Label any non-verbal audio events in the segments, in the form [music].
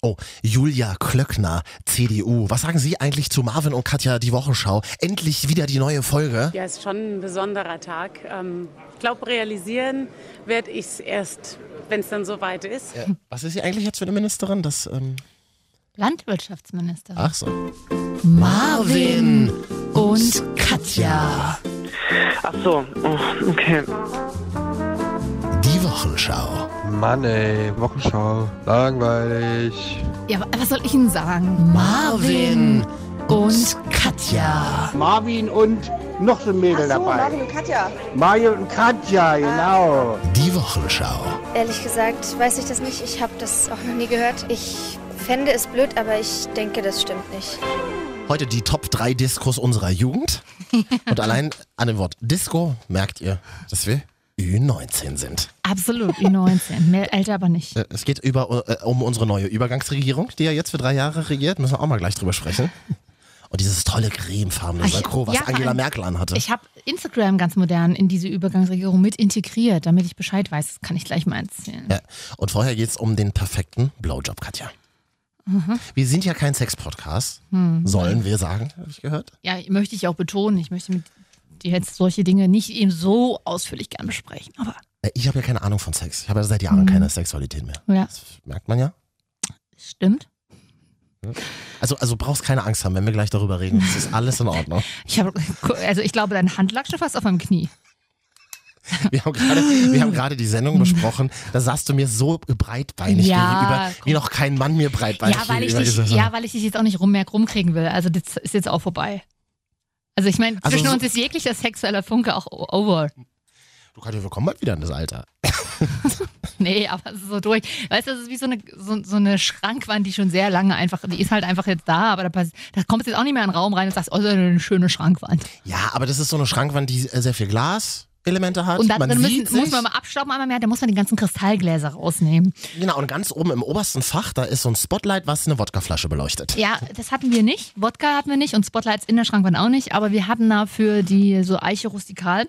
Oh, Julia Klöckner, CDU. Was sagen Sie eigentlich zu Marvin und Katja, die Wochenschau? Endlich wieder die neue Folge. Ja, ist schon ein besonderer Tag. Ähm, ich glaube, realisieren werde ich es erst, wenn es dann soweit ist. Äh, was ist sie eigentlich jetzt für eine Ministerin? Das, ähm Landwirtschaftsminister. ach so. Ah, Marvin und Katja. Ach so, oh, okay. Die Wochenschau. Mann ey, Wochenschau. Langweilig. Ja, wa- was soll ich Ihnen sagen? Marvin und Katja. Marvin und noch so ein Mädel dabei. Marvin und Katja. Ah. Mario und Katja, genau. Die Wochenschau. Ehrlich gesagt weiß ich das nicht. Ich habe das auch noch nie gehört. Ich fände es blöd, aber ich denke, das stimmt nicht. Heute die Top 3 Diskos unserer Jugend. Und allein an dem Wort Disco merkt ihr, dass wir Ü19 sind. Absolut, Ü19. Mehr älter aber nicht. Äh, Es geht über, äh, um unsere neue Übergangsregierung, die ja jetzt für drei Jahre regiert. Müssen wir auch mal gleich drüber [laughs] sprechen. Und dieses tolle cremefarbene Ach, Sakko, was ja, vor Angela allem- Merkel anhatte. Ich habe Instagram ganz modern in diese Übergangsregierung mit integriert, damit ich Bescheid weiß. Das kann ich gleich mal erzählen. Ja. Und vorher geht es um den perfekten Blowjob, Katja. Mhm. Wir sind ja kein Sex-Podcast, sollen wir sagen, habe ich gehört. Ja, möchte ich auch betonen. Ich möchte mit dir jetzt solche Dinge nicht eben so ausführlich gern besprechen. Aber Äh, Ich habe ja keine Ahnung von Sex. Ich habe ja seit Jahren Mhm. keine Sexualität mehr. ja, Das merkt man ja. stimmt. Also, also brauchst keine Angst haben, wenn wir gleich darüber reden. Es ist alles in Ordnung. Ich habe, [laughs] also ich glaube, deine Hand lag schon fast auf meinem Knie. Wir haben gerade, wir haben gerade die [laughs] Sendung besprochen. Da saßt du mir so breitbeinig Ja, gegenüber, wie noch kein Mann mir breitbeinig ja, weil ich gegenüber dich, gesessen hat. ja, weil ich dich jetzt auch nicht rummerk rumkriegen will. Also das ist jetzt auch vorbei. Also ich meine, Also zwischen so- uns ist jeglicher sexueller Funke auch o- over. Du kannst ja willkommen bald wieder in das Alter. Nee, aber es ist so durch. Weißt du, das ist wie so eine, so, so eine Schrankwand, die schon sehr lange einfach, die ist halt einfach jetzt da, aber da, pass- da kommt jetzt auch nicht mehr in den Raum rein und sagst, oh, so eine schöne Schrankwand. Ja, aber das ist so eine Schrankwand, die äh, sehr viel Glaselemente hat. Und dann, man dann sieht müssen, muss sich. man mal abstauben einmal mehr, da muss man die ganzen Kristallgläser rausnehmen. Genau, und ganz oben im obersten Fach, da ist so ein Spotlight, was eine Wodkaflasche beleuchtet. Ja, das hatten wir nicht. Wodka hatten wir nicht und Spotlights in der Schrankwand auch nicht, aber wir hatten dafür die so Eiche rustikal.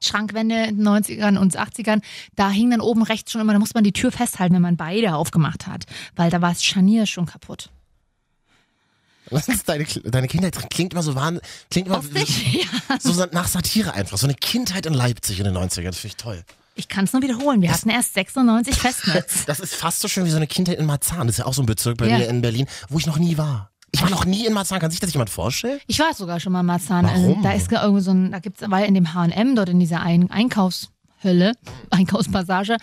Schrankwände in den 90ern und 80ern, da hing dann oben rechts schon immer, da muss man die Tür festhalten, wenn man beide aufgemacht hat, weil da war das Scharnier schon kaputt. [laughs] Das ist deine, deine Kindheit klingt immer so wahn, klingt immer Lustig? Ja. so sa- nach Satire einfach. So eine Kindheit in Leipzig in den 90ern, das finde ich toll. Ich kann es nur wiederholen, wir hatten erst [laughs] 96 Festnetz. Das ist fast so schön wie so eine Kindheit in Marzahn. Das ist ja auch so ein Bezirk bei Ja. mir in Berlin, wo ich noch nie war. Ich war noch nie in Marzahn. Kann sich das jemand vorstellen? Ich war sogar schon mal in Marzahn. Äh, Warum? Da ist ge- irgendwo so ein, da gibt's, weil in dem H&M dort in dieser ein Einkaufshölle, Einkaufspassage,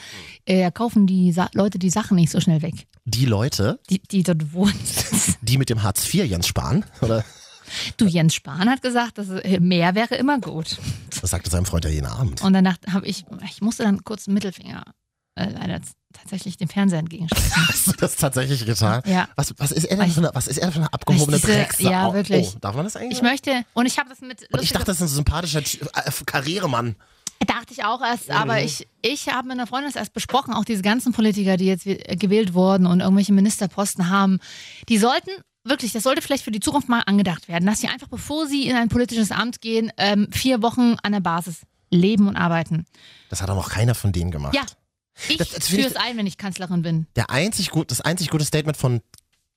äh, da kaufen die Sa Leute die Sachen nicht so schnell weg, Die Leute, die, die dort wohnen. die mit dem Hartz IV Jens sparen, oder? du, Jens Spahn hat gesagt, dass äh, mehr wäre immer gut. Das sagte seinem Freund ja jeden Abend. Und danach habe ich, ich musste dann kurz den Mittelfinger äh, leider z- tatsächlich dem Fernseher entgegenstrecken. Hast du das tatsächlich getan? Ja. Was, was, ist er denn für eine, was ist er für eine abgehobene Weil ich diese- Drecksau? ja, wirklich. Oh, darf man das eigentlich? Ich möchte, und ich habe das Und mit ich lustiger- dachte, das ist ein sympathischer Ty- äh, Karrieremann. Dachte ich auch erst, aber Mhm. ich, ich habe mit einer Freundin das erst besprochen, auch diese ganzen Politiker, die jetzt äh, gewählt wurden und irgendwelche Ministerposten haben, die sollten wirklich, das sollte vielleicht für die Zukunft mal angedacht werden, dass sie einfach, bevor sie in ein politisches Amt gehen, ähm, vier Wochen an der Basis leben und arbeiten. Das hat aber noch keiner von denen gemacht. Ja, ich Das- das find führe ich- es ein, wenn ich Kanzlerin bin. Der einzig gut, das einzig gute Statement von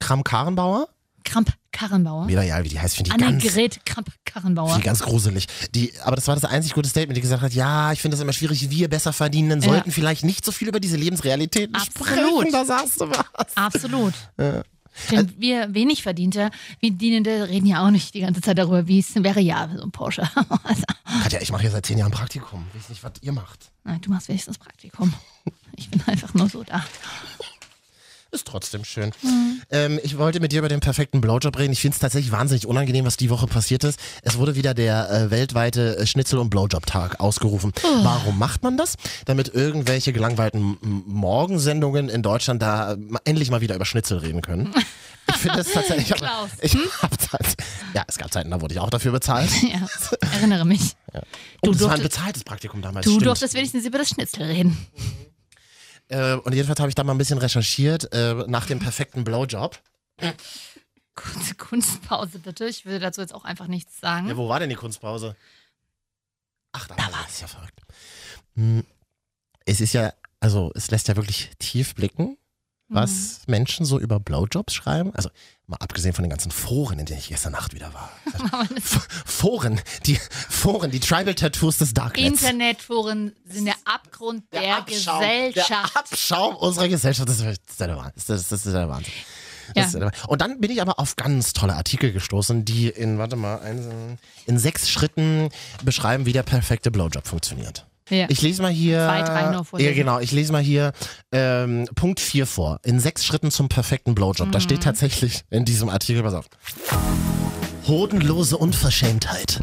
Kram Karrenbauer, Kramp-Karrenbauer. wieder ja, wie die heißt, finde ich ganz, finde Annegret Kramp-Karrenbauer. ich ganz gruselig. Die, aber das war das einzig gute Statement, die gesagt hat, ja, ich finde das immer schwierig, wir besser verdienen, Ja. sollten vielleicht nicht so viel über diese Lebensrealitäten Absolut. sprechen. Da sagst du was. [laughs] Absolut. Denn wir wenig Verdiente, wir Dienende reden ja auch nicht die ganze Zeit darüber, wie es wäre ja so ein Porsche. [laughs] Also, Katja, ich mache ja seit zehn Jahren Praktikum. Ich weiß nicht, was ihr macht. Nein, du machst wenigstens Praktikum. Ich bin einfach nur so da. Ist trotzdem schön. Mhm. Ähm, ich wollte mit dir über den perfekten Blowjob reden. Ich finde es tatsächlich wahnsinnig unangenehm, was die Woche passiert ist. Es wurde wieder der äh, weltweite äh, Schnitzel- und Blowjob-Tag ausgerufen. Oh. Warum macht man das? Damit irgendwelche gelangweilten M- Morgensendungen in Deutschland da äh, ma- endlich mal wieder über Schnitzel reden [laughs] können. Ich finde es tatsächlich. Klaus, ich hab tats- ja, es gab Zeiten, da wurde ich auch dafür bezahlt. [laughs] Ja, erinnere mich. Oh, Du, das war ein durftest, bezahltes Praktikum damals. du stimmt. durftest wenigstens über das Schnitzel reden. Äh, und jedenfalls habe ich da mal ein bisschen recherchiert äh, nach dem perfekten Blowjob. Kurze Kunstpause bitte. Ich will dazu jetzt auch einfach nichts Ja, [laughs] sagen. wo war denn die Kunstpause? Ach, da, war es. Ist ja verrückt. Hm, Es ist ja, also es lässt ja wirklich tief blicken. was Menschen so über Blowjobs schreiben. Also mal abgesehen von den ganzen Foren, in denen ich gestern Nacht wieder war. F- Foren, die Foren, die Tribal Tattoos des Darknets. Internetforen sind der Abgrund der, Abschaum, Gesellschaft. Der Abschaum unserer Gesellschaft. Das ist das ist der Wahnsinn. Das ist, das ist der Wahnsinn. Ja. Das ist der Wahnsinn. Und dann bin ich aber auf ganz tolle Artikel gestoßen, die in, warte mal, eins, in sechs Schritten beschreiben, wie der perfekte Blowjob funktioniert. Ja. Ich lese mal hier. Zwei, drei nur vorlesen. Ja, genau. Ich lese mal hier ähm, Punkt 4 vor. In sechs Schritten zum perfekten Blowjob. Da Mhm. steht tatsächlich in diesem Artikel, pass auf. Hodenlose Unverschämtheit.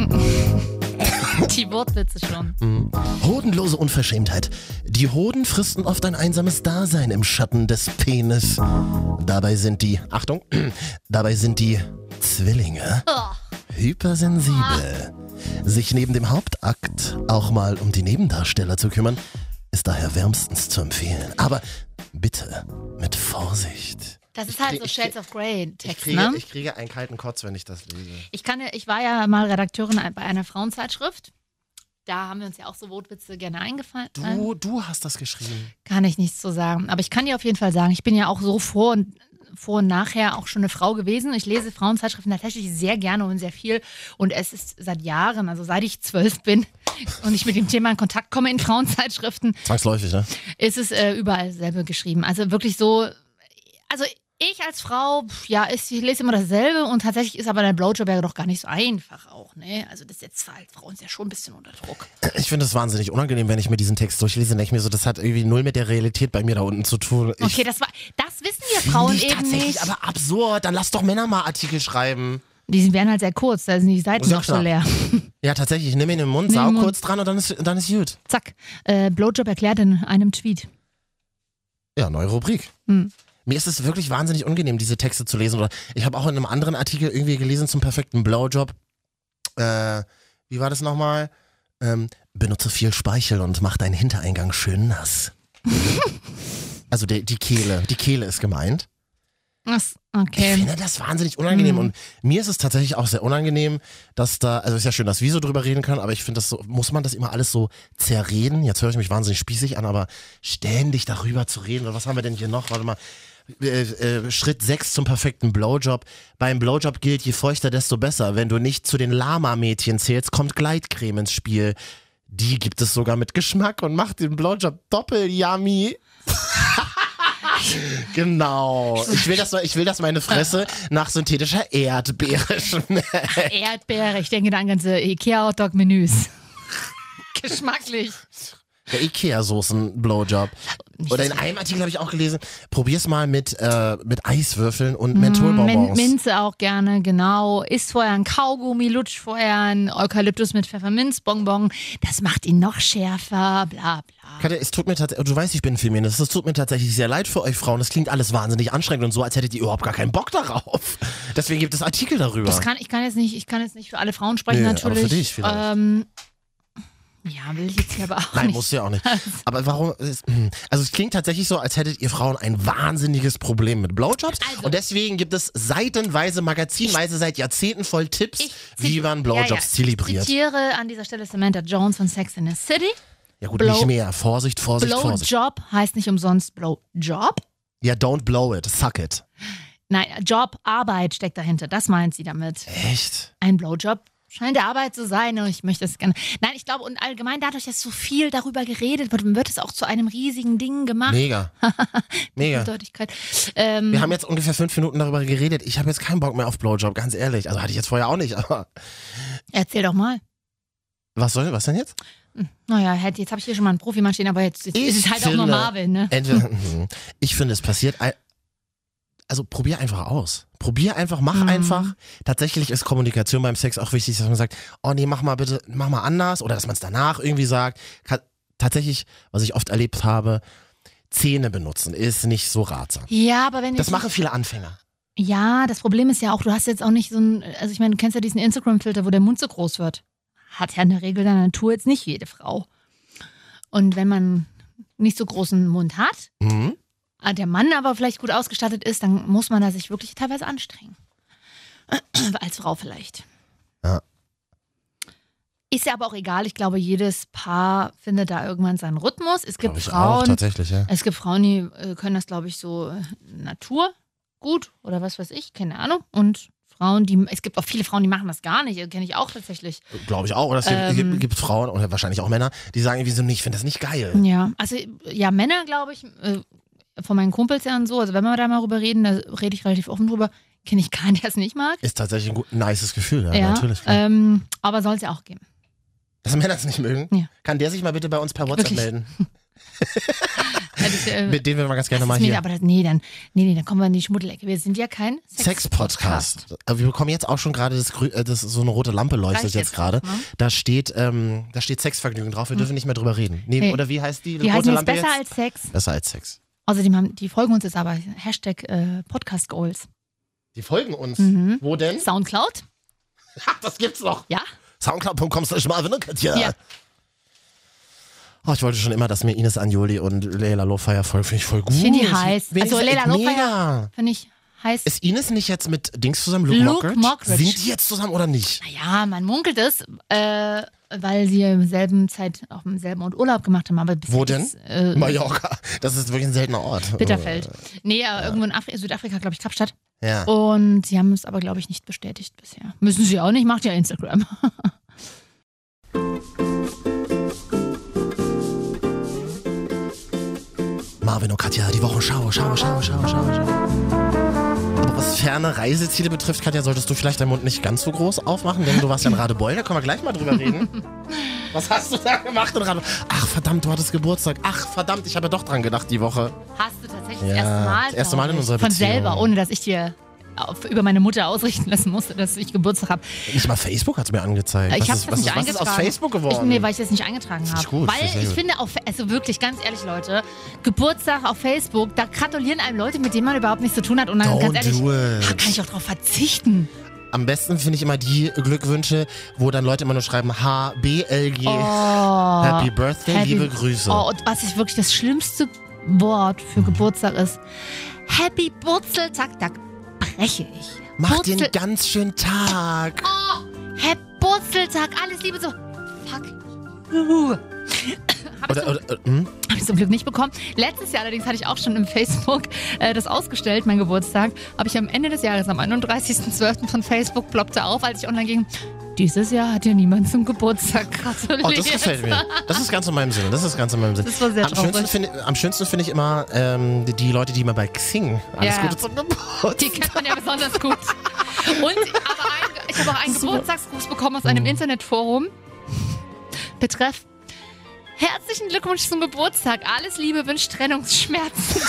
Die Wortwitze schon. Hodenlose Unverschämtheit. Die Hoden fristen oft ein einsames Dasein im Schatten des Penis. Dabei sind die, Achtung, [clears throat] dabei sind die Zwillinge Oh. Ah. hypersensibel. Sich neben dem Hauptakt auch mal um die Nebendarsteller zu kümmern, ist daher wärmstens zu empfehlen. Aber bitte mit Vorsicht. Das ist Ich halt krieg- so ich Shades krieg- of Grey Text, ne? ich kriege einen kalten Kotz, wenn ich das lese. Ich, kann, ja- ich war ja mal Redakteurin bei einer Frauenzeitschrift. Da haben wir uns ja auch so Wortwitze gerne eingefallen. Du, du hast das geschrieben. Kann ich nichts zu sagen. Aber ich kann dir auf jeden Fall sagen, ich bin ja auch so vor und vor und nachher auch schon eine Frau gewesen. Ich lese Frauenzeitschriften tatsächlich sehr gerne und sehr viel. Und es ist seit Jahren, also seit ich zwölf bin und ich mit dem Thema in Kontakt komme in Frauenzeitschriften, Zwangsläufig, ne? ist es äh, überall selber geschrieben. Also wirklich so, also ich als Frau, pf, ja, ist, ich lese immer dasselbe und tatsächlich ist aber der Blowjob ja doch gar nicht so einfach auch, ne? Also das setzt halt Frauen ja schon ein bisschen unter Druck. Ich finde es wahnsinnig unangenehm, wenn ich mir diesen Text durchlese, denke ich mir so, das hat irgendwie null mit der Realität bei mir da unten zu tun. Ich Okay, das war, das wissen wir finde Frauen ich eben tatsächlich nicht. aber absurd. Dann lass doch Männer mal Artikel schreiben. Die wären halt sehr kurz, da sind die Seiten noch Sag so mal. leer. Ja, tatsächlich, nimm ihn in den Mund, Nimm sau ihn in den kurz dran und dann ist, dann ist gut. Zack, äh, Blowjob erklärt in einem Tweet. Ja, neue Rubrik. Hm. Mir ist es wirklich wahnsinnig unangenehm, diese Texte zu lesen. Oder ich habe auch in einem anderen Artikel irgendwie gelesen zum perfekten Blowjob. Äh, wie war das nochmal? Ähm, benutze viel Speichel und mach deinen Hintereingang schön [laughs] nass. also die, die Kehle. Die Kehle ist gemeint. Was? Ich Okay. [laughs] finde das wahnsinnig unangenehm Mhm. und mir ist es tatsächlich auch sehr unangenehm, dass da, also ist ja schön, dass wir so drüber reden können, aber ich finde das so, muss man das immer alles so zerreden? Jetzt höre ich mich wahnsinnig spießig an, aber ständig darüber zu reden, was haben wir denn hier noch? Warte mal. Äh, äh, Schritt 6 zum perfekten Blowjob. Beim Blowjob gilt, je feuchter, desto besser. Wenn du nicht zu den Lama-Mädchen zählst, kommt Gleitcreme ins Spiel. Die gibt es sogar mit Geschmack und macht den Blowjob doppel-yummy. Genau. Ich will, dass, ich will, dass meine Fresse nach synthetischer Erdbeere [laughs] schmeckt. Erdbeere, ich denke da an ganze [laughs] Ikea-Hotdog-Menüs. Geschmacklich. Der Ikea-Soßen-Blowjob. Oder in einem Artikel habe ich auch gelesen, probier's mal mit, äh, mit Eiswürfeln und Mm, Min Mentholbonbons. Minze auch gerne, genau. Isst vorher ein Kaugummi, lutsch vorher ein Eukalyptus mit Pfefferminzbonbon. Das macht ihn noch schärfer, bla bla. Katja, es tut mir tatsächlich, du weißt, ich bin Feminist, es tut mir tatsächlich sehr leid für euch Frauen. Das klingt alles wahnsinnig anstrengend und so, als hättet ihr überhaupt gar keinen Bock darauf. Deswegen gibt es Artikel darüber. Das kann, ich, kann jetzt nicht, ich kann jetzt nicht für alle Frauen sprechen, Nee, aber natürlich. für dich vielleicht. Ähm, ja, will ich jetzt hier aber auch Nein, nicht. Also. musst du ja auch nicht. Aber warum? es- hm. Also es klingt tatsächlich so, als hättet ihr Frauen ein wahnsinniges Problem mit Blowjobs. Also- und deswegen gibt es seitenweise, magazinweise seit Jahrzehnten voll Tipps, Ich wie zit- man Blowjobs ja, ja. Ich zelebriert. zitiere an dieser Stelle Samantha Jones von Sex in the City. Ja gut, Blow- nicht mehr. Vorsicht, Vorsicht, Vorsicht. Blowjob heißt nicht umsonst Blowjob. Ja, don't blow it, suck it. Nein, Job, Arbeit steckt dahinter. Das meint sie damit. Echt? Ein Blowjob scheint Arbeit zu sein und ich möchte es gerne. Nein, ich glaube, und allgemein dadurch, dass so viel darüber geredet wird, wird es auch zu einem riesigen Ding gemacht. [laughs] Mega. Mega. Deutlichkeit. Ähm, Wir haben jetzt ungefähr fünf Minuten darüber geredet. Ich habe jetzt keinen Bock mehr auf Blowjob, ganz ehrlich. Also hatte ich jetzt vorher auch nicht, aber erzähl doch mal. was soll, was denn jetzt? Naja, hätte- jetzt habe ich hier schon mal einen Profimann stehen, aber jetzt, jetzt Ich ist es halt auch nur finde- Marvin, ne? [laughs] Entweder, Mhm. ich finde, es passiert. ein- Also probier einfach aus. Probier einfach, mach Mhm. einfach. Tatsächlich ist Kommunikation beim Sex auch wichtig, dass man sagt, oh nee, mach mal bitte, mach mal anders. Oder dass man es danach irgendwie sagt. Ka- Tatsächlich, was ich oft erlebt habe, Zähne benutzen ist nicht so ratsam. Ja, aber wenn äh, Das ich- machen viele Anfänger. Ja, das Problem ist ja auch, du hast jetzt auch nicht so ein, also ich meine, du kennst ja diesen Instagram-Filter, wo der Mund so groß wird. Hat ja in der Regel der Natur jetzt nicht jede Frau. Und wenn man nicht so großen Mund hat, Mhm. ah, der Mann aber vielleicht gut ausgestattet ist, dann muss man da sich wirklich teilweise [clears throat] anstrengen. Als Frau vielleicht. Ja. Ist ja aber auch egal. Ich glaube, jedes Paar findet da irgendwann seinen Rhythmus. Es Glaub gibt ich auch, Frauen, tatsächlich, ja. es gibt Frauen, die äh, können das, glaube ich, so äh, Natur gut oder was weiß ich, keine Ahnung. Und Frauen, die, es gibt auch viele Frauen, die machen das gar nicht. Kenne ich auch tatsächlich. Glaube ich auch. Oder es Ähm. gibt, gibt Frauen oder wahrscheinlich auch Männer, die sagen irgendwie so, nee, ich finde das nicht geil. Ja, also ja, Männer, glaube ich, äh, von meinen Kumpels her und so, also wenn wir da mal drüber reden, da rede ich relativ offen drüber, kenne ich keinen, der es nicht mag. Ist tatsächlich ein gut, nices Gefühl, ja, natürlich. klar. Ähm, aber soll es ja auch geben. Dass Männer es nicht mögen. Ja. Kann der sich mal bitte bei uns per WhatsApp Wirklich? melden? Ja, das, äh, Mit dem wir mal ganz das gerne mal ist mir- hier. aber das, nee, dann, nee, nee, dann kommen wir in die Schmuddelecke. Wir sind ja kein Sex-Podcast. Sex-Podcast. Aber wir bekommen jetzt auch schon gerade das, Grü- äh, das so eine rote Lampe leuchtet Reicht jetzt jetzt gerade. auch, ne? Da steht, ähm, da steht Sexvergnügen drauf. Wir dürfen nicht mehr drüber reden. Nee, Nee. Oder wie heißt die, Die rote heißen jetzt Lampe besser jetzt? als Sex. besser als Sex. Außerdem haben, die folgen uns jetzt aber Hashtag äh, Podcast Goals. Die folgen uns. Mhm. Wo denn? Soundcloud, Ha, das gibt's noch. ja? Soundcloud.com slash Marvin und Katja. Ja. Oh, ich wollte schon immer, dass mir Ines Anjoli und Leila Lofeyer folgen. Finde ich voll gut. Ich finde die heiß. Uh, Wen Also ich- Leila Lofeyer- Mega. Finde ich heiß. Ist Ines nicht jetzt mit Dings zusammen? Luke, Luke Mockridge? Mockridge. Sind die jetzt zusammen oder nicht? Naja, Ah man munkelt es, äh, weil sie im selben Zeit auch im selben Ort Urlaub gemacht haben. Aber bis Wo denn? Äh, Mallorca. Das ist wirklich ein seltener Ort. Bitterfeld. Nee, äh, irgendwo in Afri Südafrika, glaube ich, Kapstadt. Ja. Und sie haben es aber, glaube ich, nicht bestätigt bisher. Müssen sie auch nicht, macht ja Instagram. Marvin und Katja, die Wochenschau, schau, schau, schau, schau, schau. Aber was ferne Reiseziele betrifft, Katja, solltest du vielleicht deinen Mund nicht ganz so groß aufmachen, denn du warst ja in Radebeul, da können wir gleich mal drüber reden. [laughs] was hast du da gemacht in Radebeul? Ach verdammt, du hattest Geburtstag. Ach verdammt, ich habe ja doch dran gedacht die Woche. [laughs] Hast du Ja, tatsächlich das erste Mal. das erste Mal in glaub ich, unserer Von Beziehung. selber, ohne dass ich dir auf, über meine Mutter ausrichten lassen musste, dass ich Geburtstag habe. Nicht mal Facebook hat es mir angezeigt. Äh, was Ich hab's ist, jetzt was, nicht ist- was ist aus eingetragen. Facebook Ich, geworden? nee, weil ich das nicht eingetragen Finde ich habe. gut, weil finde ich sehr ich gut. finde, auf, also wirklich, ganz ehrlich, Leute, Geburtstag auf Facebook, da gratulieren einem Leute, mit denen man überhaupt nichts zu tun hat. Und dann, Don't ganz ehrlich, do da it. kann ich auch drauf verzichten. Am besten finde ich immer die Glückwünsche, wo dann Leute immer nur schreiben H, B, L, G. Oh, Happy Birthday, Happy- liebe Grüße. Oh, und was ich wirklich das schlimmste Wort für Geburtstag ist, Happy Burzeltag, da breche ich. Mach dir Burzel- einen ganz schönen Tag. Ah, Happy Burzeltag, alles Liebe so. Fuck you. Hab ich, Oder, zum, oder, äh, hm? hab ich zum Glück nicht bekommen. Letztes Jahr allerdings hatte ich auch schon im Facebook äh, das ausgestellt, mein Geburtstag. Habe ich am Ende des Jahres, am 31.12. von Facebook ploppte auf, als ich online ging. Dieses Jahr hat ja niemand zum Geburtstag gratuliert. Oh, [laughs] das gefällt mir. Das ist ganz in meinem Sinne. Das ist ganz in meinem Sinne. Das war sehr am schönsten traurig. finde am schönsten finde ich immer ähm, die, die Leute, die immer bei Xing alles Ja. Gute zum Geburtstag. Die kennt man ja besonders gut. Und aber ein, ich habe auch einen Geburtstagsgruß bekommen aus Mhm. einem Internetforum. Betreff. Herzlichen Glückwunsch zum Geburtstag. Alles Liebe wünscht [laughs] Trennungsschmerzen.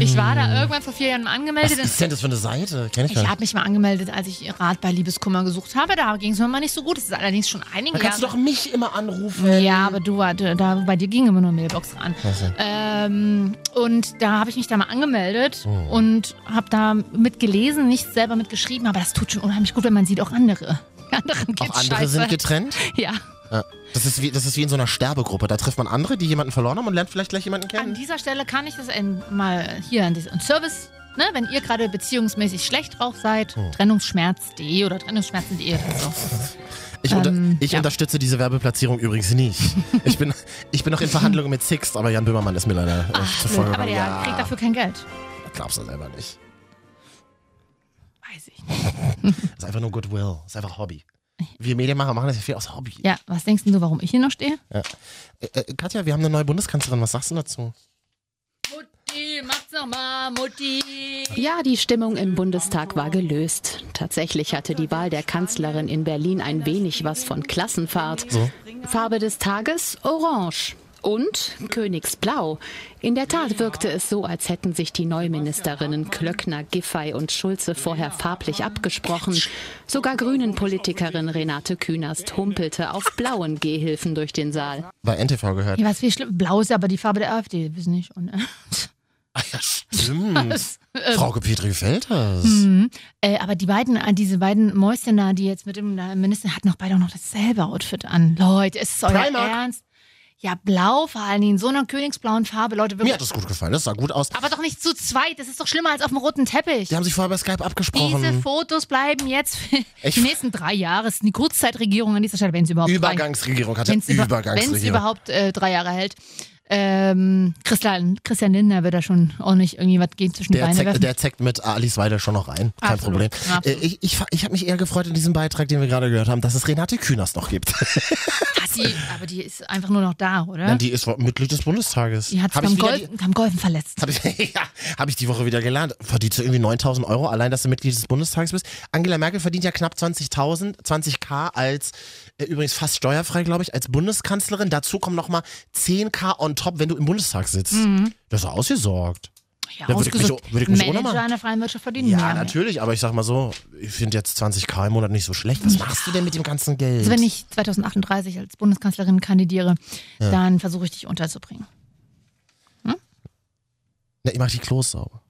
ich war da irgendwann vor vier Jahren mal Was angemeldet. ist denn das für eine Seite? Kenn ich gar Ich nicht. habe mich mal angemeldet, als ich Rat bei Liebeskummer gesucht habe. Da ging es mir mal nicht so gut. Das ist allerdings schon einige Dann kannst du doch Jahre. mich immer anrufen. Ja, aber du war, da, bei dir ging immer nur Mailbox ran. Also, Ähm, und da habe ich mich da mal angemeldet Oh. und habe da mitgelesen, nicht selber mitgeschrieben, aber das tut schon unheimlich gut, wenn man sieht auch andere. [laughs] Anderen Auch geht's andere scheiße. sind getrennt. ja. Ja. Das ist, wie, das ist wie in so einer Sterbegruppe. Da trifft man andere, die jemanden verloren haben und lernt vielleicht gleich jemanden An kennen. dieser Stelle kann ich das ein, mal hier an diesen Service, ne, wenn ihr gerade beziehungsmäßig schlecht drauf seid, Oh. Trennungsschmerz.de oder Trennungsschmerzen.de oder [laughs] so. Ich, unter, Ähm, ich ja. unterstütze diese Werbeplatzierung übrigens nicht. Ich [laughs] bin, ich bin noch in Verhandlungen mit Sixt, aber Jan Böhmermann ist mir leider äh, Blöd, zuvor aber der gegangen. Ja, kriegt dafür kein Geld. glaubst du selber nicht. Weiß ich nicht. Das ist einfach nur Goodwill. Das ist einfach Hobby. Wir Medienmacher machen das ja viel aus Hobby. Ja, was denkst denn du, warum ich hier noch stehe? Äh, äh, Katja, wir haben eine neue Bundeskanzlerin. Was sagst du dazu? Mutti, macht's nochmal, Mutti. Ja, die Stimmung im Bundestag war gelöst. Tatsächlich hatte die Wahl der Kanzlerin in Berlin ein wenig was von Klassenfahrt. So. Farbe des Tages orange. Und Königsblau. In der Tat wirkte es so, als hätten sich die Neuministerinnen Klöckner, Giffey und Schulze vorher farblich abgesprochen. Sogar Grünen-Politikerin Renate Künast humpelte auf blauen Gehhilfen durch den Saal. Bei NTV gehört. [laughs] Ja, was viel schlimm. Blau ist aber die Farbe der AfD, wissen nicht. Und, [laughs] Ah, ja, stimmt. äh, Frau Petri gefällt das. Mhm. Äh, aber die beiden, äh, diese beiden Mäuschen da, die jetzt mit dem äh, Minister, hatten auch beide auch noch dasselbe Outfit an. Leute, ist es euer Primark. Ernst? Ja, blau, vor allen Dingen in so einer königsblauen Farbe, Leute, Mir wirklich. hat das gut gefallen, das sah gut aus. Aber doch nicht zu zweit, das ist doch schlimmer als auf dem roten Teppich. Die haben sich vorher bei Skype Diese abgesprochen. Fotos bleiben jetzt für Ich- die nächsten drei Jahre. Es ist eine Kurzzeitregierung an dieser Stelle, wenn es überhaupt Übergangsregierung hatte Wenn es Übergangsregierung. überhaupt äh, drei Jahre hält. Ähm, Christian, Christian Lindner wird da schon ordentlich irgendwie was gehen zwischen die der Beine zeckt, werfen. der zeckt mit Alice Weidel schon noch rein. Kein Absolut, Problem. Äh, absolut. ich ich, fa- ich habe mich eher gefreut in diesem Beitrag, den wir gerade gehört haben, dass es Renate Künast noch gibt. Hat die, Ah, aber die ist einfach nur noch da, oder? Denn die ist Mitglied des Bundestages. die hat sich Hab ich beim, wieder Golf, beim Golfen verletzt. Habe ich, [laughs] ja, hab ich die Woche wieder gelernt. Verdient so irgendwie 9000 Euro, allein, dass du Mitglied des Bundestages bist. Angela Merkel verdient ja knapp 20.000, 20k als, äh, übrigens fast steuerfrei, glaube ich, als Bundeskanzlerin. Dazu kommen nochmal 10k on top, wenn du im Bundestag sitzt. Mhm. Das ist ausgesorgt. Ja, Da würde ich mich ausgesucht. so- würde ich mich so Manager ohne machen. einer freien Wirtschaft verdienen Ja, mehr. natürlich, aber ich sag mal so, ich finde jetzt 20k im Monat nicht so schlecht. Was machst du denn mit dem ganzen Geld? Also wenn ich 2038 als Bundeskanzlerin kandidiere, dann versuche ich dich unterzubringen. Na, ich mach die Klos sauber.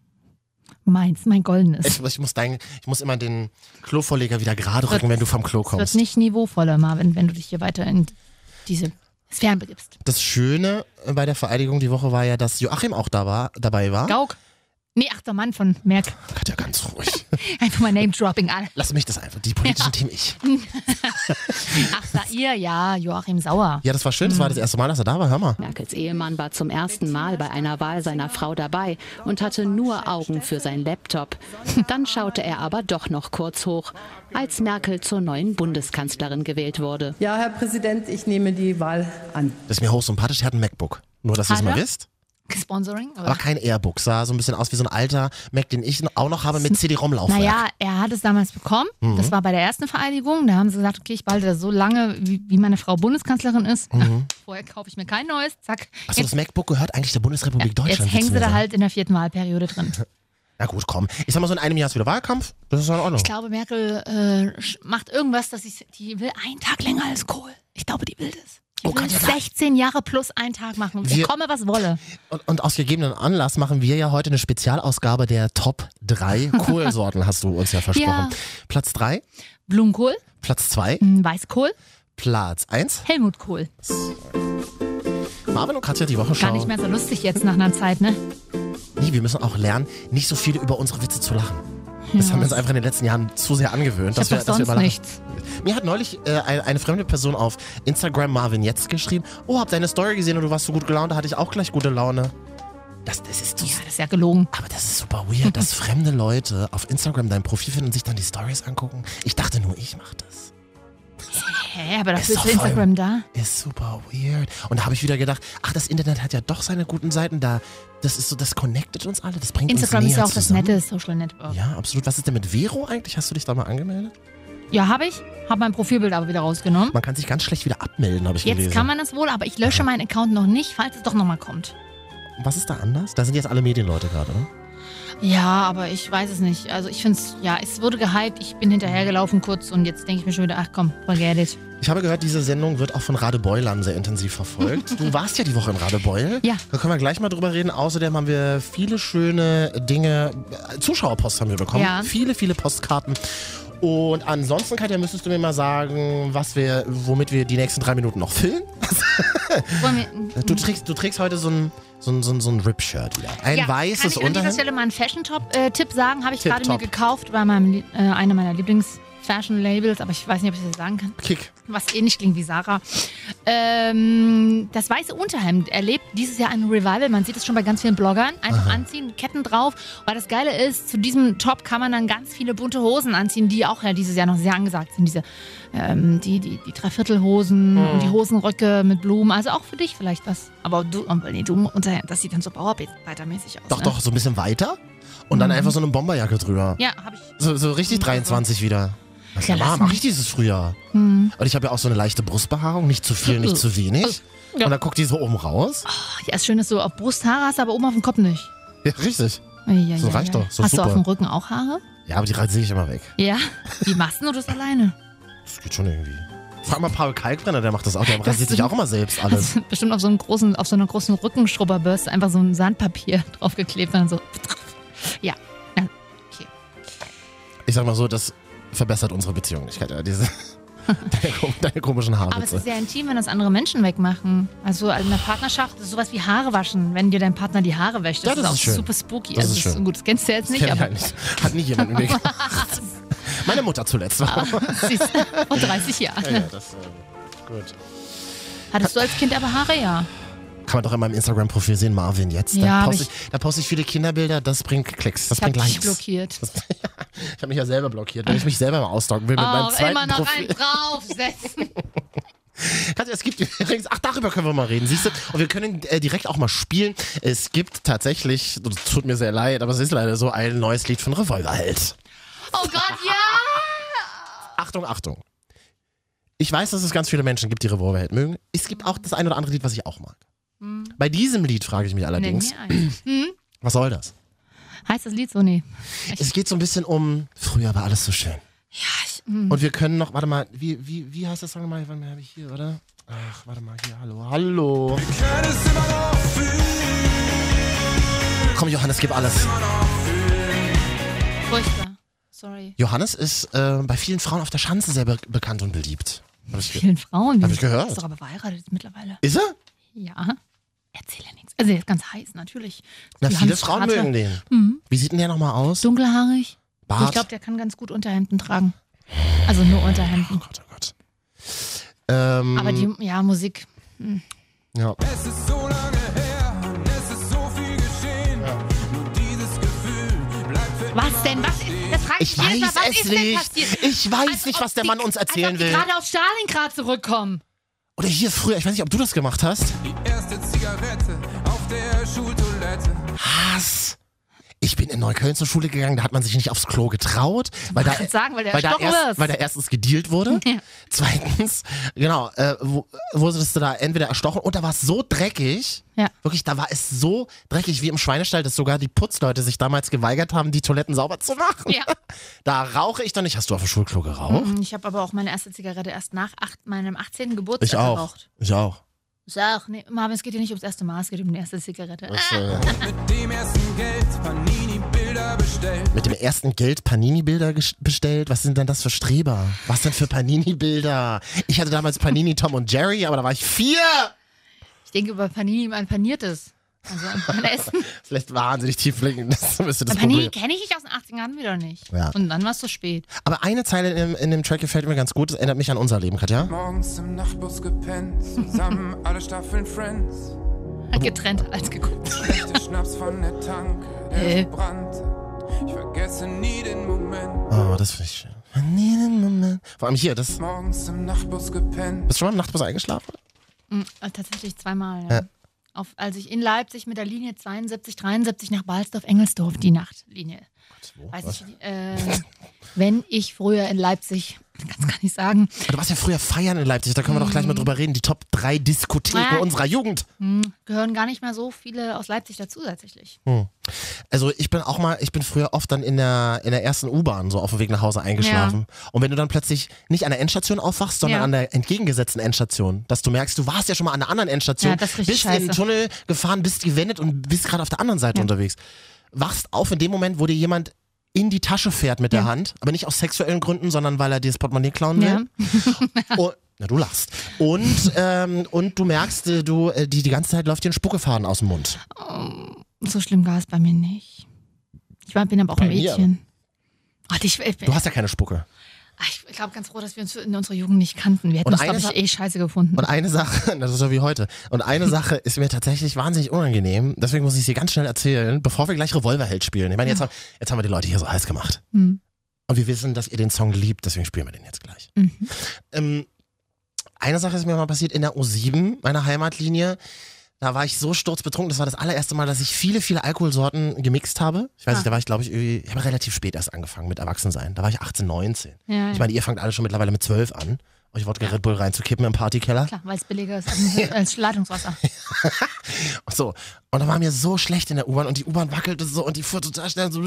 Meins, mein goldenes. Ich, muss- ich, muss dein, ich muss immer den Klovorleger wieder gerade rücken, wenn du vom Klo Es wird kommst. nicht niveauvoller, Marvin, wenn du dich hier weiter in diese Sphären begibst. Das Schöne bei der Vereidigung die Woche war ja, dass Joachim auch da war, dabei war. Gauk. Nee, ach, der Mann von Merck. Gott, ja, ganz ruhig. [laughs] Einfach mal Name-Dropping an. Lass mich das einfach. Die politischen Themen ich. Ach, sag ihr, ja, Joachim Sauer. Ja, das war schön. Das war das erste Mal, dass er da war. Hör mal. Merkels Ehemann war zum ersten Mal bei einer Wahl seiner Frau dabei und hatte nur Augen für seinen Laptop. Dann schaute er aber doch noch kurz hoch, als Merkel zur neuen Bundeskanzlerin gewählt wurde. Ja, Herr Präsident, ich nehme die Wahl an. Das ist mir hochsympathisch. Er hat ein MacBook. Nur, dass ihr es Hat mal er? wisst. Sponsoring? Aber kein Airbook. Sah so ein bisschen aus wie so ein alter Mac, den ich auch noch habe mit CD-ROM-Laufwerk. Naja, er hat es damals bekommen. Mhm. Das war bei der ersten Vereidigung. Da haben sie gesagt, okay, ich behalte das so lange, wie, wie meine Frau Bundeskanzlerin ist. [laughs] Vorher kaufe ich mir kein neues. Zack. Achso, Jetzt, Mhm. das MacBook gehört eigentlich der Bundesrepublik Deutschland. jetzt willst du hängen sie mir da sagen? halt in der vierten Wahlperiode [laughs] drin. Na gut, komm. Ich sag mal so, in einem Jahr ist wieder Wahlkampf. Das ist ja in Ordnung. Ich glaube, Merkel äh, sch- macht irgendwas, dass ich. Die will einen Tag länger als Kohl. Ich glaube, die will das. Die Oh, will kann ja sein. 16 Jahre plus einen Tag machen. Wir- Ich komme, was wolle. Und, und aus gegebenem Anlass machen wir ja heute eine Spezialausgabe der Top [laughs] 3 Kohlsorten, hast du uns ja versprochen. Ja. Platz 3, Blumenkohl, Platz 2, mh, Weißkohl, Platz 1. Helmut Kohl. Marvin und Katja die Woche Gar schauen. nicht mehr so lustig jetzt nach einer Zeit, ne? Nee, wir müssen auch lernen, nicht so viel über unsere Witze zu lachen. Das haben wir uns einfach in den letzten Jahren zu sehr angewöhnt, Ich dass wir, hab dass doch wir sonst immer lachen. nichts. Mir hat neulich äh, eine, eine fremde Person auf Instagram Marvin jetzt geschrieben: Oh, hab deine Story gesehen und du warst so gut gelaunt, da hatte ich auch gleich gute Laune. Das, das ist so. Ja, das ist ja gelogen. Aber das ist super weird, [laughs] dass fremde Leute auf Instagram dein Profil finden und sich dann die Stories angucken. Ich dachte nur, ich mach das. Hä, aber dafür Ist ist, doch voll- Instagram da. Ist super weird. Und da habe ich wieder gedacht, ach, das Internet hat ja doch seine guten Seiten da. Das ist so, das connectet uns alle, das bringt Instagram uns ist näher ja auch das zusammen. nette Social Network. Ja, absolut. Was ist denn mit Vero eigentlich? Hast du dich da mal angemeldet? Ja, habe ich. Habe mein Profilbild aber wieder rausgenommen. Man kann sich ganz schlecht wieder abmelden, habe ich Jetzt gelesen. kann man das wohl, aber ich lösche meinen Account noch nicht, falls es doch nochmal kommt. Was ist da anders? Da sind jetzt alle Medienleute gerade, ne? Ja, aber ich weiß es nicht. Also ich finde es, ja, es wurde gehypt, ich bin hinterhergelaufen kurz und jetzt denke ich mir schon wieder, ach komm, forget it. Ich habe gehört, diese Sendung wird auch von Radebeulern sehr intensiv [laughs] verfolgt. Du warst ja die Woche in Radebeul. Ja. Da können wir gleich mal drüber reden. Außerdem haben wir viele schöne Dinge, äh, Zuschauerpost haben wir bekommen. Ja. Viele, viele Postkarten. Und ansonsten, Katja, müsstest du mir mal sagen, was wir, womit wir die nächsten drei Minuten noch [laughs] füllen. Wollen wir, hm. Du trägst, du trägst heute so ein, so ein, so ein, so ein Rip-Shirt wieder. Ein weißes ja, kann ich an dieser Unterhemd. Stelle mal einen Fashion-Tipp sagen? Habe ich Tip gerade mir top. gekauft bei meinem, Lie- äh, einer meiner Lieblings-Fashion-Labels, aber ich weiß nicht, ob ich das sagen kann. Kick. was ähnlich klingt wie Sarah. Ähm, das weiße Unterhemd erlebt dieses Jahr ein Revival. Man sieht es schon bei ganz vielen Bloggern. Einfach anziehen, Ketten drauf. Weil das Geile ist, zu diesem Top kann man dann ganz viele bunte Hosen anziehen, die auch ja dieses Jahr noch sehr angesagt sind. Diese, ähm, die, die, die Dreiviertelhosen Hm. und die Hosenröcke mit Blumen. Also auch für dich vielleicht was. Aber du, oh, nee, du Unterhemd, das sieht dann so bauarbeitermäßig aus. Doch, ne? doch, so ein bisschen weiter. Und Mhm. dann einfach so eine Bomberjacke drüber. Ja, habe ich. So, so richtig 23 wieder. Na Ja, Hm. klar, lass mache mich. ich dieses Frühjahr. Und ich habe ja auch so eine leichte Brustbehaarung, nicht zu viel, nicht zu wenig. Ja. Und dann guckt die so oben raus. Ach, ja, ist schön, dass du auf Brusthaare hast, aber oben auf dem Kopf nicht. Ja, richtig. Ja, So reicht doch, so Hast super. du auf dem Rücken auch Haare? Ja, aber die sehe ich immer weg. Ja, wie machst du das alleine? Das geht schon irgendwie. Frag mal Paul Kalkbrenner, der macht das auch. Der Das rasiert sich auch immer selbst alles. Also Bestimmt auf so, einem großen, auf so einer großen Rückenschrubberbürste einfach so ein Sandpapier [laughs] draufgeklebt und dann so. Ja. ja. [laughs] Ich sag mal so, das verbessert unsere Beziehung nicht. Katja, Diese Deine, kom- deine komischen Aber es Haarwitze. ist sehr intim, wenn das andere Menschen wegmachen. Also in einer Partnerschaft ist sowas wie Haare waschen, wenn dir dein Partner die Haare wäscht. Ja, Das, das ist auch ist schön. super spooky. Das also ist das schön. Gut, das kennst du jetzt nicht, Kenn ich halt aber eigentlich. Hat nie jemand mit [laughs] mir gemacht. Meine Mutter zuletzt. siehst du, vor [laughs] 30 Jahren. Ja, ja, das, äh, gut. Hattest du als Kind aber Haare, ja. Kann man doch in meinem Instagram-Profil sehen, Marvin jetzt. Da, Ja, aber poste ich, da poste ich viele Kinderbilder, das bringt Klicks, das Ich hab bringt dich Likes. blockiert. [laughs] Das, ich habe mich ja selber blockiert, wenn ich mich selber mal ausdocken will mit meinem Auch zweiten immer noch Profil. einen [laughs] draufsetzen. Katja, es gibt übrigens, ach, darüber können wir mal reden, siehst du? Und wir können äh, direkt auch mal spielen. Es gibt tatsächlich, das tut mir sehr leid, aber es ist leider so, ein neues Lied von Revolverheld. Oh Gott, ja! Achtung, Achtung. Ich weiß, dass es ganz viele Menschen gibt, die Revolverheld mögen. Es gibt auch das ein oder andere Lied, was ich auch mag. Hm. Bei diesem Lied frage ich mich Nenn allerdings, mir einen. was soll das? Heißt das Lied so? Nee. Es geht so ein bisschen um, früher war alles so schön. Mhm. Und wir können noch, warte mal, wie, wie, wie heißt der Song mal? Wann habe ich hier, oder? Ach, warte mal, hier, hallo, hallo. Komm, Johannes, gib alles. Furchtbar. Sorry. Johannes ist äh, bei vielen Frauen auf der Schanze sehr be bekannt und beliebt. Hab ich ge Vielen Frauen. Hab ich gehört. Ist doch aber verheiratet mittlerweile. ist er? Ja. Erzähle nichts. Also, der ist ganz heiß, natürlich. Na, Johannes viele Frauen Strate. mögen den. Mhm. Wie sieht denn der nochmal aus? Dunkelhaarig. Bart? Ich glaube, der kann ganz gut Unterhemden tragen. Also nur oh Unterhemden. Gott, oh Gott. Ähm, Aber die, ja, Musik. ja. Was denn? Was ist, das frage ich, Ich jedes Mal, weiß was es ist denn nicht. passiert? Ich weiß Als nicht, ob was der die- Mann uns als erzählen ob die will. gerade aus [laughs] Stalingrad zurückkommen. Oder hier früher, ich weiß nicht, ob du das gemacht hast. Hass. Ich bin in Neukölln zur Schule gegangen, da hat man sich nicht aufs Klo getraut, weil da, Ich würd sagen, weil du weil da, erstochen erst, wirst. weil da erstens gedealt wurde. Zweitens, genau, äh, wo- wurdest du da entweder erstochen und da war es so dreckig. Ja. Wirklich, da war es so dreckig wie im Schweinestall, dass sogar die Putzleute sich damals geweigert haben, die Toiletten sauber zu machen. Ja. Mhm. Hm, Da rauche ich doch nicht. Hast du auf dem Schulklo geraucht? Ich habe aber auch meine erste Zigarette erst nach acht, meinem 18. Geburtstag Ich auch. geraucht. Ich auch. Ist auch, nee, Marvin, es geht ja nicht ums erste Mal, es geht um die erste Zigarette. Das, Ah, äh, Mit dem ersten Geld Panini-Bilder ges- bestellt? Was sind denn das für Streber? Was denn für Panini-Bilder? Ich hatte damals Panini Tom und Jerry, aber da war ich vier. ich denke über Panini an paniertes. Also [laughs] an Essen. Das lässt wahnsinnig tief blicken. [laughs] Das müsste das Aber Panini Problem. kenne ich nicht aus den 80 Jahren wieder nicht. Ja. Und dann war es zu spät. Aber eine Zeile in, dem- in dem Track gefällt mir ganz gut. Das erinnert mich an unser Leben, Katja. Morgens im Nachtbus gepennt, zusammen [laughs] alle Staffeln Friends. Getrennt als geguckt. Äh, Der Schnaps von der Tanke, Hä? der brannte. Ich vergesse nie den Moment. Oh, das finde ich schön. An jedem Moment. Vor allem hier, das. Morgens im Nachtbus gepennt. Bist du schon mal im Nachtbus eingeschlafen? Mm, äh, Tatsächlich zweimal. Ja. Ja. Auf, als ich in Leipzig mit der Linie 72, 73 nach Balsdorf-Engelsdorf, die Nachtlinie. Wo? Weiß Was? ich, äh, wenn ich früher in Leipzig, [laughs] kann es gar nicht sagen, Du warst ja früher feiern in Leipzig, da können wir doch gleich mal drüber reden. Die Top 3 Diskotheken Ah. unserer Jugend. hm, gehören gar nicht mehr so viele aus Leipzig dazu tatsächlich. Also ich bin auch mal, ich bin früher oft dann in der, in der ersten U-Bahn so auf dem Weg nach Hause eingeschlafen. Und wenn du dann plötzlich nicht an der Endstation aufwachst, sondern Ja. an der entgegengesetzten Endstation, dass du merkst, du warst ja schon mal an der anderen Endstation, Ja, das ist richtig bist in den scheiße. Tunnel gefahren, bist gewendet und bist gerade auf der anderen Seite Ja. unterwegs. Wachst auf in dem Moment, wo dir jemand in die Tasche fährt mit der Ja. Hand, aber nicht aus sexuellen Gründen, sondern weil er dir das Portemonnaie klauen will. Ja. Und, na, du lachst. Und, ähm, und du merkst, äh, du, äh, die, die ganze Zeit läuft dir ein Spuckefaden aus dem Mund. So schlimm war es bei mir nicht. Ich war, bin aber auch Bei ein mir Mädchen. Ach, ich, ich, Du hast ja keine Spucke. ach, ich, ich glaube ganz froh, dass wir uns in unserer Jugend nicht kannten. Wir hätten Und uns, eine glaube ich, Sa- eh scheiße gefunden. Und eine Sache, [laughs] das ist so wie heute, und eine Sache ist mir tatsächlich wahnsinnig unangenehm, deswegen muss ich sie ganz schnell erzählen, bevor wir gleich Revolverheld spielen. Ich meine, jetzt haben, jetzt haben wir die Leute hier so heiß gemacht. Hm. Und wir wissen, dass ihr den Song liebt, deswegen spielen wir den jetzt gleich. Mhm. Ähm, eine Sache ist mir mal passiert in der U7, meiner Heimatlinie. Da war ich so sturzbetrunken, das war das allererste Mal, dass ich viele, viele Alkoholsorten gemixt habe. Ich weiß Ah. nicht, da war ich, glaube ich, irgendwie, ich habe relativ spät erst angefangen mit Erwachsensein. Da war ich 18, 19. Ja, Ich ja. meine, ihr fangt alle schon mittlerweile mit 12 an, euch Wodka Red Bull reinzukippen im Partykeller. Klar, weil es billiger ist als, als Leitungswasser. So, und da war mir so schlecht in der U-Bahn und die U-Bahn wackelte so und die fuhr total schnell. So.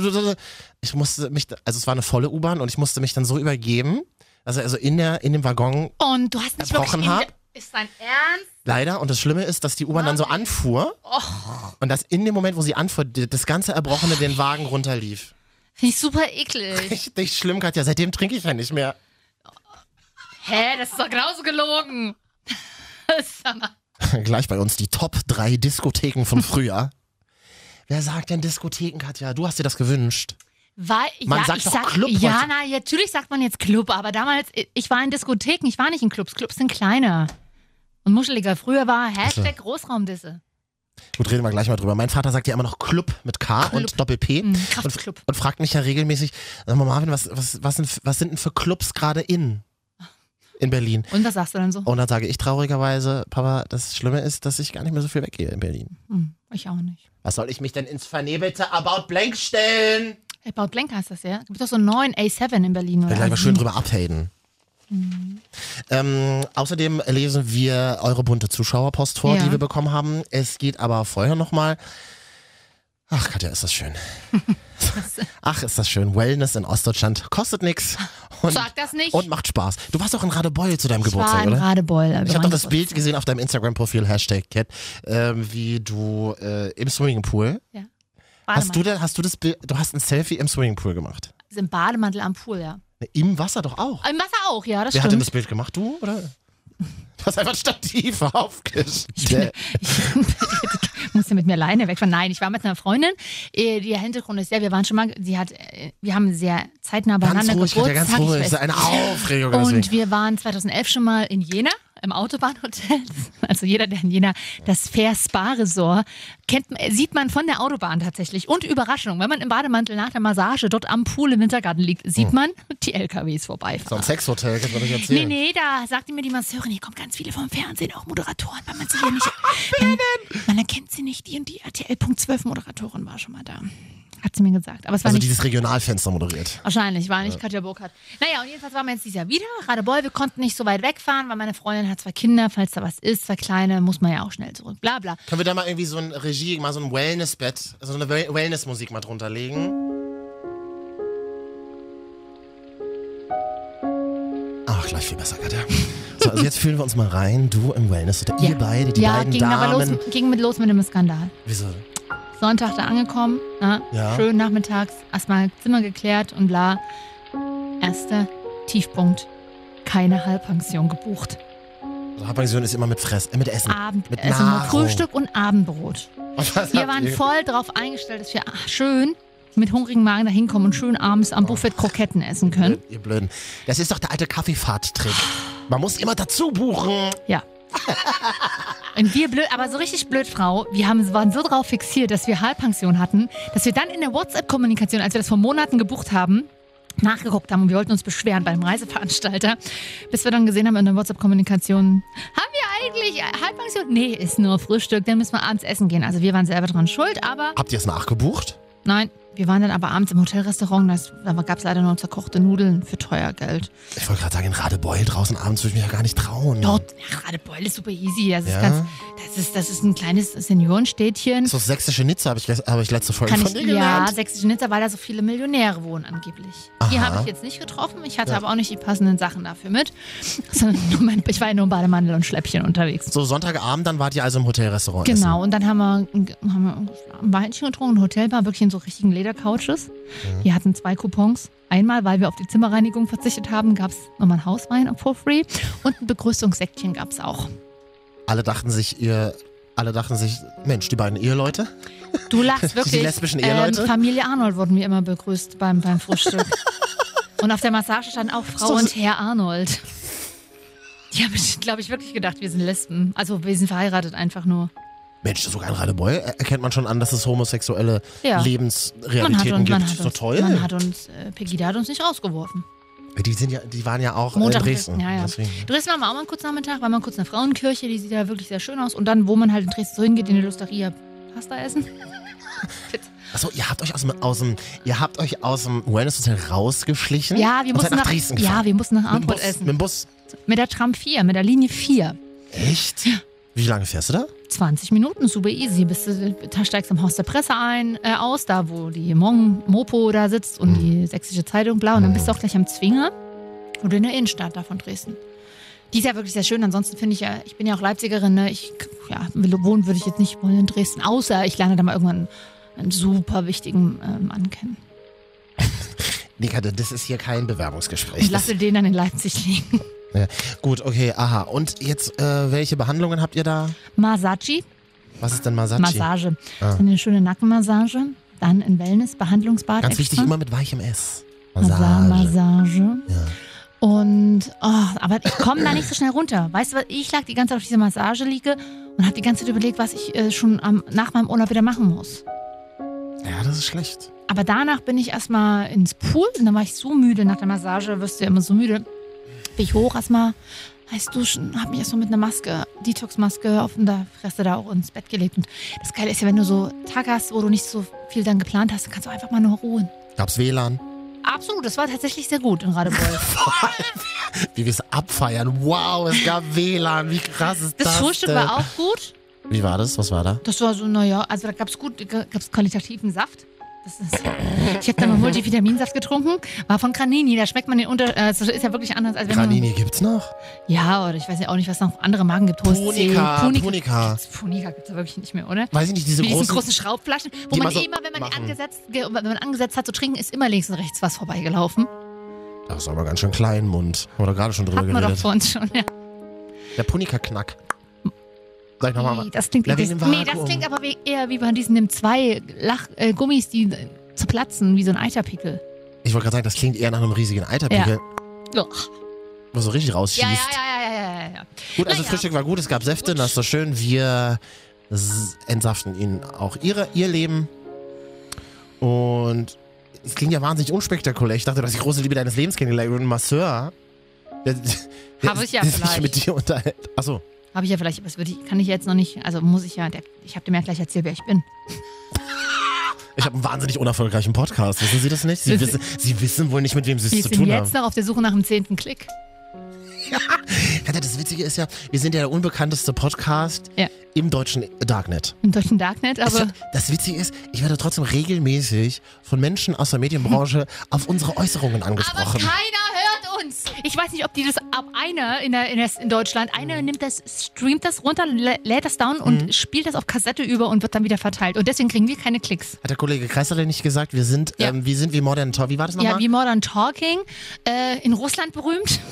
Ich musste mich, da- also es war eine volle U-Bahn und ich musste mich dann so übergeben, also, also in, der, in dem Waggon Und du hast nicht wirklich... Erbrochen in hab? der- Ist dein Ernst? leider. Und das Schlimme ist, dass die U-Bahn dann so anfuhr und dass in dem Moment, wo sie anfuhr, die- das ganze Erbrochene den Wagen runterlief. Finde ich super eklig. Richtig schlimm, Katja, seitdem trinke ich ja nicht mehr. Hä, das ist doch genauso gelogen. [laughs] Sag mal. [laughs] Gleich bei uns die Top 3 Diskotheken von früher. Wer sagt denn Diskotheken, Katja? Du hast dir das gewünscht. Weil, Man ja, sagt ich doch sag, Club Ja, heute. na, natürlich sagt man jetzt Club, aber damals, ich war in Diskotheken, ich war nicht in Clubs. Clubs sind kleiner und muscheliger. Früher war Hashtag Großraumdisse. Gut, reden wir gleich mal drüber. Mein Vater sagt ja immer noch Club mit K und Doppel-P. Mhm, Und, Kraftclub. und fragt mich ja regelmäßig, sag mal Marvin, was, was, was, sind, was sind denn für Clubs gerade in, in Berlin? Und was sagst du dann so? Und dann sage ich traurigerweise, Papa, das Schlimme ist, dass ich gar nicht mehr so viel weggehe in Berlin. Hm, ich auch nicht. Was soll ich mich denn ins vernebelte About Blank stellen? Hey, Baut Blenker heißt das, ja? Du bist doch so einen neuen A7 in Berlin, Da oder? gleich mal schön drüber abhaten. Ähm, außerdem lesen wir eure bunte Zuschauerpost vor, Ja. die wir bekommen haben. Es geht aber vorher nochmal. Ach, Katja, ist das schön. Ach, ist das schön. Wellness in Ostdeutschland kostet nichts und, Also, Sag das nicht. und macht Spaß. Du warst auch in Radebeul zu deinem ich Geburtstag, war in oder? Radebeul. ich habe doch das also Geburtstag. Bild gesehen auf deinem Instagram-Profil, Hashtag Cat, ähm, wie du äh, im Swimmingpool. Bademantel. Hast du, denn, hast du das Bild, du hast ein Selfie im Swimmingpool gemacht. Ne, Also Im Bademantel am Pool, ja. Im Wasser doch auch. Im Wasser auch, ja, das Wer hat denn stimmt. das Bild gemacht? Du oder? Du hast einfach ein Stativ [laughs] aufgestellt. [laughs] Ich musste mit mir alleine wegfahren. Nein, ich war mit einer Freundin. Äh, Der Hintergrund ist ja, wir waren schon mal, sie hat, äh, wir haben sehr zeitnah Ganz beieinander ruhig, Katja, Geburtstag. ganz ich ruhig. weiß. Das ist eine Aufregung. Und deswegen. wir waren 2011 schon mal in Jena im Autobahnhotel. [laughs] Also jeder, der in Jena das Fair Spa Resort kennt, sieht man von der Autobahn tatsächlich. Und Überraschung, wenn man im Bademantel nach der Massage dort am Pool im Wintergarten liegt, sieht man die LKWs So ein vorbeifahren. Sexhotel, kann man nicht Nee, erzählen. nee, da sagte mir die Masseurin, hier kommen ganz viele vom Fernsehen, auch Moderatoren, weil man sie hier nicht. Man erkennt sie nicht, die und die RTL.12 Moderatorin war schon mal da. Hat sie mir gesagt. Aber es war Also nicht dieses Regionalfenster moderiert. Wahrscheinlich, war nicht Katja Burkhardt. Naja, und jedenfalls waren wir jetzt dieses Jahr wieder. Radebeul, wir konnten nicht so weit wegfahren, weil meine Freundin hat zwei Kinder. Falls da was ist, zwei kleine, muss man ja auch schnell zurück. Bla bla. Können wir da mal irgendwie so ein Regie, mal so ein Wellnessbett, also eine Well- Wellnessmusik mal drunter legen? Ach, gleich viel besser, Katja. So, also jetzt fühlen wir uns mal rein. Du im Wellness, oder ihr beide, die ja, beiden ging aber Damen. los, ging mit los mit dem Skandal. Wieso? Also Sonntag da angekommen, na, Ja. schön nachmittags, erstmal Zimmer geklärt und bla. Erster Tiefpunkt. Keine Halbpension gebucht. Also Hauptpension ist immer mit Fress, äh, mit Essen. Abend, mit also nur Nahrung. Frühstück und Abendbrot. Und [laughs] was Wir habt waren ihr- voll drauf eingestellt, dass wir ach, schön mit hungrigem Magen da hinkommen und schön abends Oh. am Buffet Kroketten essen können. Ihr Blöden. Das ist doch der alte Kaffeefahrt-Trick. Man muss immer dazu buchen. Ja. Und wir blöd, aber so richtig blöd, Frau, wir haben, waren so drauf fixiert, dass wir Halbpension hatten, dass wir dann in der WhatsApp-Kommunikation, als wir das vor Monaten gebucht haben, nachgeguckt haben und wir wollten uns beschweren beim Reiseveranstalter, bis wir dann gesehen haben in der WhatsApp-Kommunikation, haben wir eigentlich Halbpension? Nee, ist nur Frühstück, dann müssen wir abends essen gehen. Also wir waren selber dran schuld, aber Habt ihr es nachgebucht? Nein, wir waren dann aber abends im Hotelrestaurant, das- da gab es leider nur zerkochte Nudeln für teuer Geld. Ich wollte gerade sagen, in Radebeul draußen abends würde ich mich ja gar nicht trauen. Dort, ja, Radebeul ist super easy. Das ist, Ja? ganz, das ist, das ist ein kleines Seniorenstädtchen. So sächsische Nizza habe ich, ges- habe ich letzte Folge Kann von ich, dir gelernt. ja, sächsische Nizza, weil da so viele Millionäre wohnen angeblich. Die Aha. habe ich jetzt nicht getroffen. Ich hatte Ja. aber auch nicht die passenden Sachen dafür mit. [laughs] Sondern nur mein, ich war ja nur im Bademantel und Schläppchen unterwegs. So Sonntagabend, dann wart ihr also im Hotelrestaurant Genau, und dann haben wir, haben wir ein Weinchen getrunken, ein Hotelbar, wirklich in so richtigen Ledercouches. Mhm. Wir hatten zwei Coupons. Einmal, weil wir auf die Zimmerreinigung verzichtet haben, gab es nochmal einen Hauswein for free und ein Begrüßungssäckchen gab es auch. essen. Alle dachten sich, ihr... Alle dachten sich, Mensch, die beiden Eheleute? Du lachst wirklich. ähm, lesbischen Eheleute? Familie Arnold wurden wir immer begrüßt beim, [laughs] beim Frühstück. und auf der Massage stand auch Frau Ist doch und so- Herr Arnold. Die haben, glaube ich, wirklich gedacht, wir sind Lesben. Also wir sind verheiratet einfach nur. Mensch, sogar in Radebeul erkennt man schon an, dass es homosexuelle Ja. Man hat, Lebensrealitäten uns, gibt. man, hat So uns, toll. man hat uns, äh, Pegida hat uns nicht rausgeworfen. die, sind ja, die waren ja auch Montag in Dresden. Ja, ja. Deswegen. Dresden waren wir auch mal kurz Nachmittag, waren wir kurz in der Frauenkirche, die sieht ja wirklich sehr schön aus. Und dann, wo man halt in Dresden so hingeht, in die Lusteria Pasta essen. Hm? Achso, ihr habt euch aus dem, aus dem, ihr habt euch aus dem Wellness Hotel rausgeschlichen? Ja, wir und seid mussten nach Dresden gefahren. ja, wir mussten nach mit dem Arnbrot Bus, Mit essen. dem Bus. Mit der Tram 4, mit der Linie 4. Echt? Wie lange fährst du da? 20 Minuten, super easy. Bist du, da steigst am Haus der Presse ein, äh, aus, da wo die Mon Mopo da sitzt Hm. und die Sächsische Zeitung blau. Und dann bist du auch gleich am Zwinger oder in der Innenstadt da von Dresden. Die ist ja wirklich sehr schön. Ansonsten finde ich ja, ich bin ja auch Leipzigerin, ne? ich ja, will- wohnen würde ich jetzt nicht wollen in Dresden, außer ich lerne da mal irgendwann einen super wichtigen ähm, Mann kennen. Nee, Katja, das ist hier kein Bewerbungsgespräch. Und lasse den dann in Leipzig liegen. [laughs] Ja. Gut, okay, aha. Und jetzt, äh, welche Behandlungen habt ihr da? Masachi, Was ist denn Masachi? Massage. Ah. Eine schöne Nackenmassage, dann in Wellness, Behandlungsbad. Ganz wichtig, extra. immer mit weichem S. Massage. Massage. Ja. Und, oh, aber ich komme da nicht so schnell runter. Weißt du, was? ich lag die ganze Zeit auf dieser Massageliege und habe die ganze Zeit überlegt, was ich äh, schon am, nach meinem Urlaub wieder machen muss. ja, das ist schlecht. Aber danach bin ich erstmal ins Pool und dann war ich so müde nach der Massage, wirst du ja immer so müde. Bin ich hoch erstmal, heiß duschen, hab mich erstmal mit einer Maske, Detox-Maske auf der Fresse da auch ins Bett gelegt. Und das Geile ist ja, wenn du so Tag hast, wo du nicht so viel dann geplant hast, dann kannst du einfach mal nur ruhen. Gab's [laughs] WLAN? Absolut, das war tatsächlich sehr gut in [laughs] Radebeul. Wie wir es abfeiern. Wow, es gab WLAN. Wie krass ist das? Das Frühstück denn? war auch gut. Wie war das? Was war da? Das war so, naja, also da gab es gut, gab es qualitativen Saft. Das ist, ich habe dann mal Multivitaminsaft getrunken, war von Granini. Da schmeckt man den Unter. Äh, das ist ja wirklich anders als wenn Granini gibt's noch? man. Ja, oder ich weiß ja auch nicht, was noch andere Marken gibt. Hohes C, Punika. Punika. Punika. Punika gibt es wirklich nicht mehr, oder? Weiß ich nicht, diese Mit diesen großen. großen Schraubflaschen, wo die man man so immer, wenn man, die machen. angesetzt, ge- wenn man angesetzt hat zu trinken, ist immer links und rechts was vorbeigelaufen. das ist aber ganz schön klein, Mund. Haben wir doch gerade schon drüber Hatten wir doch geredet. vor uns schon, ja. Der Punika-Knack. Sag ich nochmal. Nee, das klingt, Na, wie, wegen dem nee, das Vakuum. klingt aber wie, eher wie bei diesen nimm zwei Lach, äh, Gummis, die äh, zerplatzen, wie so ein Eiterpickel. Ich wollte gerade sagen, das klingt eher nach einem riesigen Eiterpickel, Ugh. wo so richtig rausschießt. Ja, ja, ja, ja, ja, ja, ja. Gut, also Naja. Frühstück war gut, es gab Säfte, das ist so schön. Wir s- entsaften ihnen auch ihre, ihr Leben. Und es klingt ja wahnsinnig unspektakulär. Ich dachte, du hast die große Liebe deines Lebens kennengelernt. Und ein Masseur, der, der, Hab ich ja der sich vielleicht. mit dir unterhält. Achso, Habe ich ja vielleicht, aber das würde ich, kann ich jetzt noch nicht, also muss ich ja, der, ich habe dem ja gleich erzählt, wer ich bin. ich habe einen wahnsinnig unerfolgreichen Podcast. Wissen Sie das nicht? Sie, Das- wissen, Sie wissen wohl nicht, mit wem Sie Wir es zu sind tun haben. jetzt noch auf der Suche nach dem zehnten Klick. Alter, das Witzige ist ja, wir sind ja der unbekannteste Podcast Ja. im deutschen Darknet. Im deutschen Darknet, aber Es- das Witzige ist, ich werde trotzdem regelmäßig von Menschen aus der [laughs] Medienbranche auf unsere Äußerungen aber angesprochen. keiner hört uns. Ich weiß nicht, ob die das ab einer in, der, in, der, in Deutschland, einer Mhm. nimmt das, streamt das runter, lä lädt das down und spielt das auf Kassette über und wird dann wieder verteilt. Und deswegen kriegen wir keine Klicks. Hat der Kollege Kreißler denn nicht gesagt, wir sind, Ja. ähm, wir sind wie Modern Talk. Wie war das Ja, nochmal? wie Modern Talking, äh, in Russland berühmt. [laughs]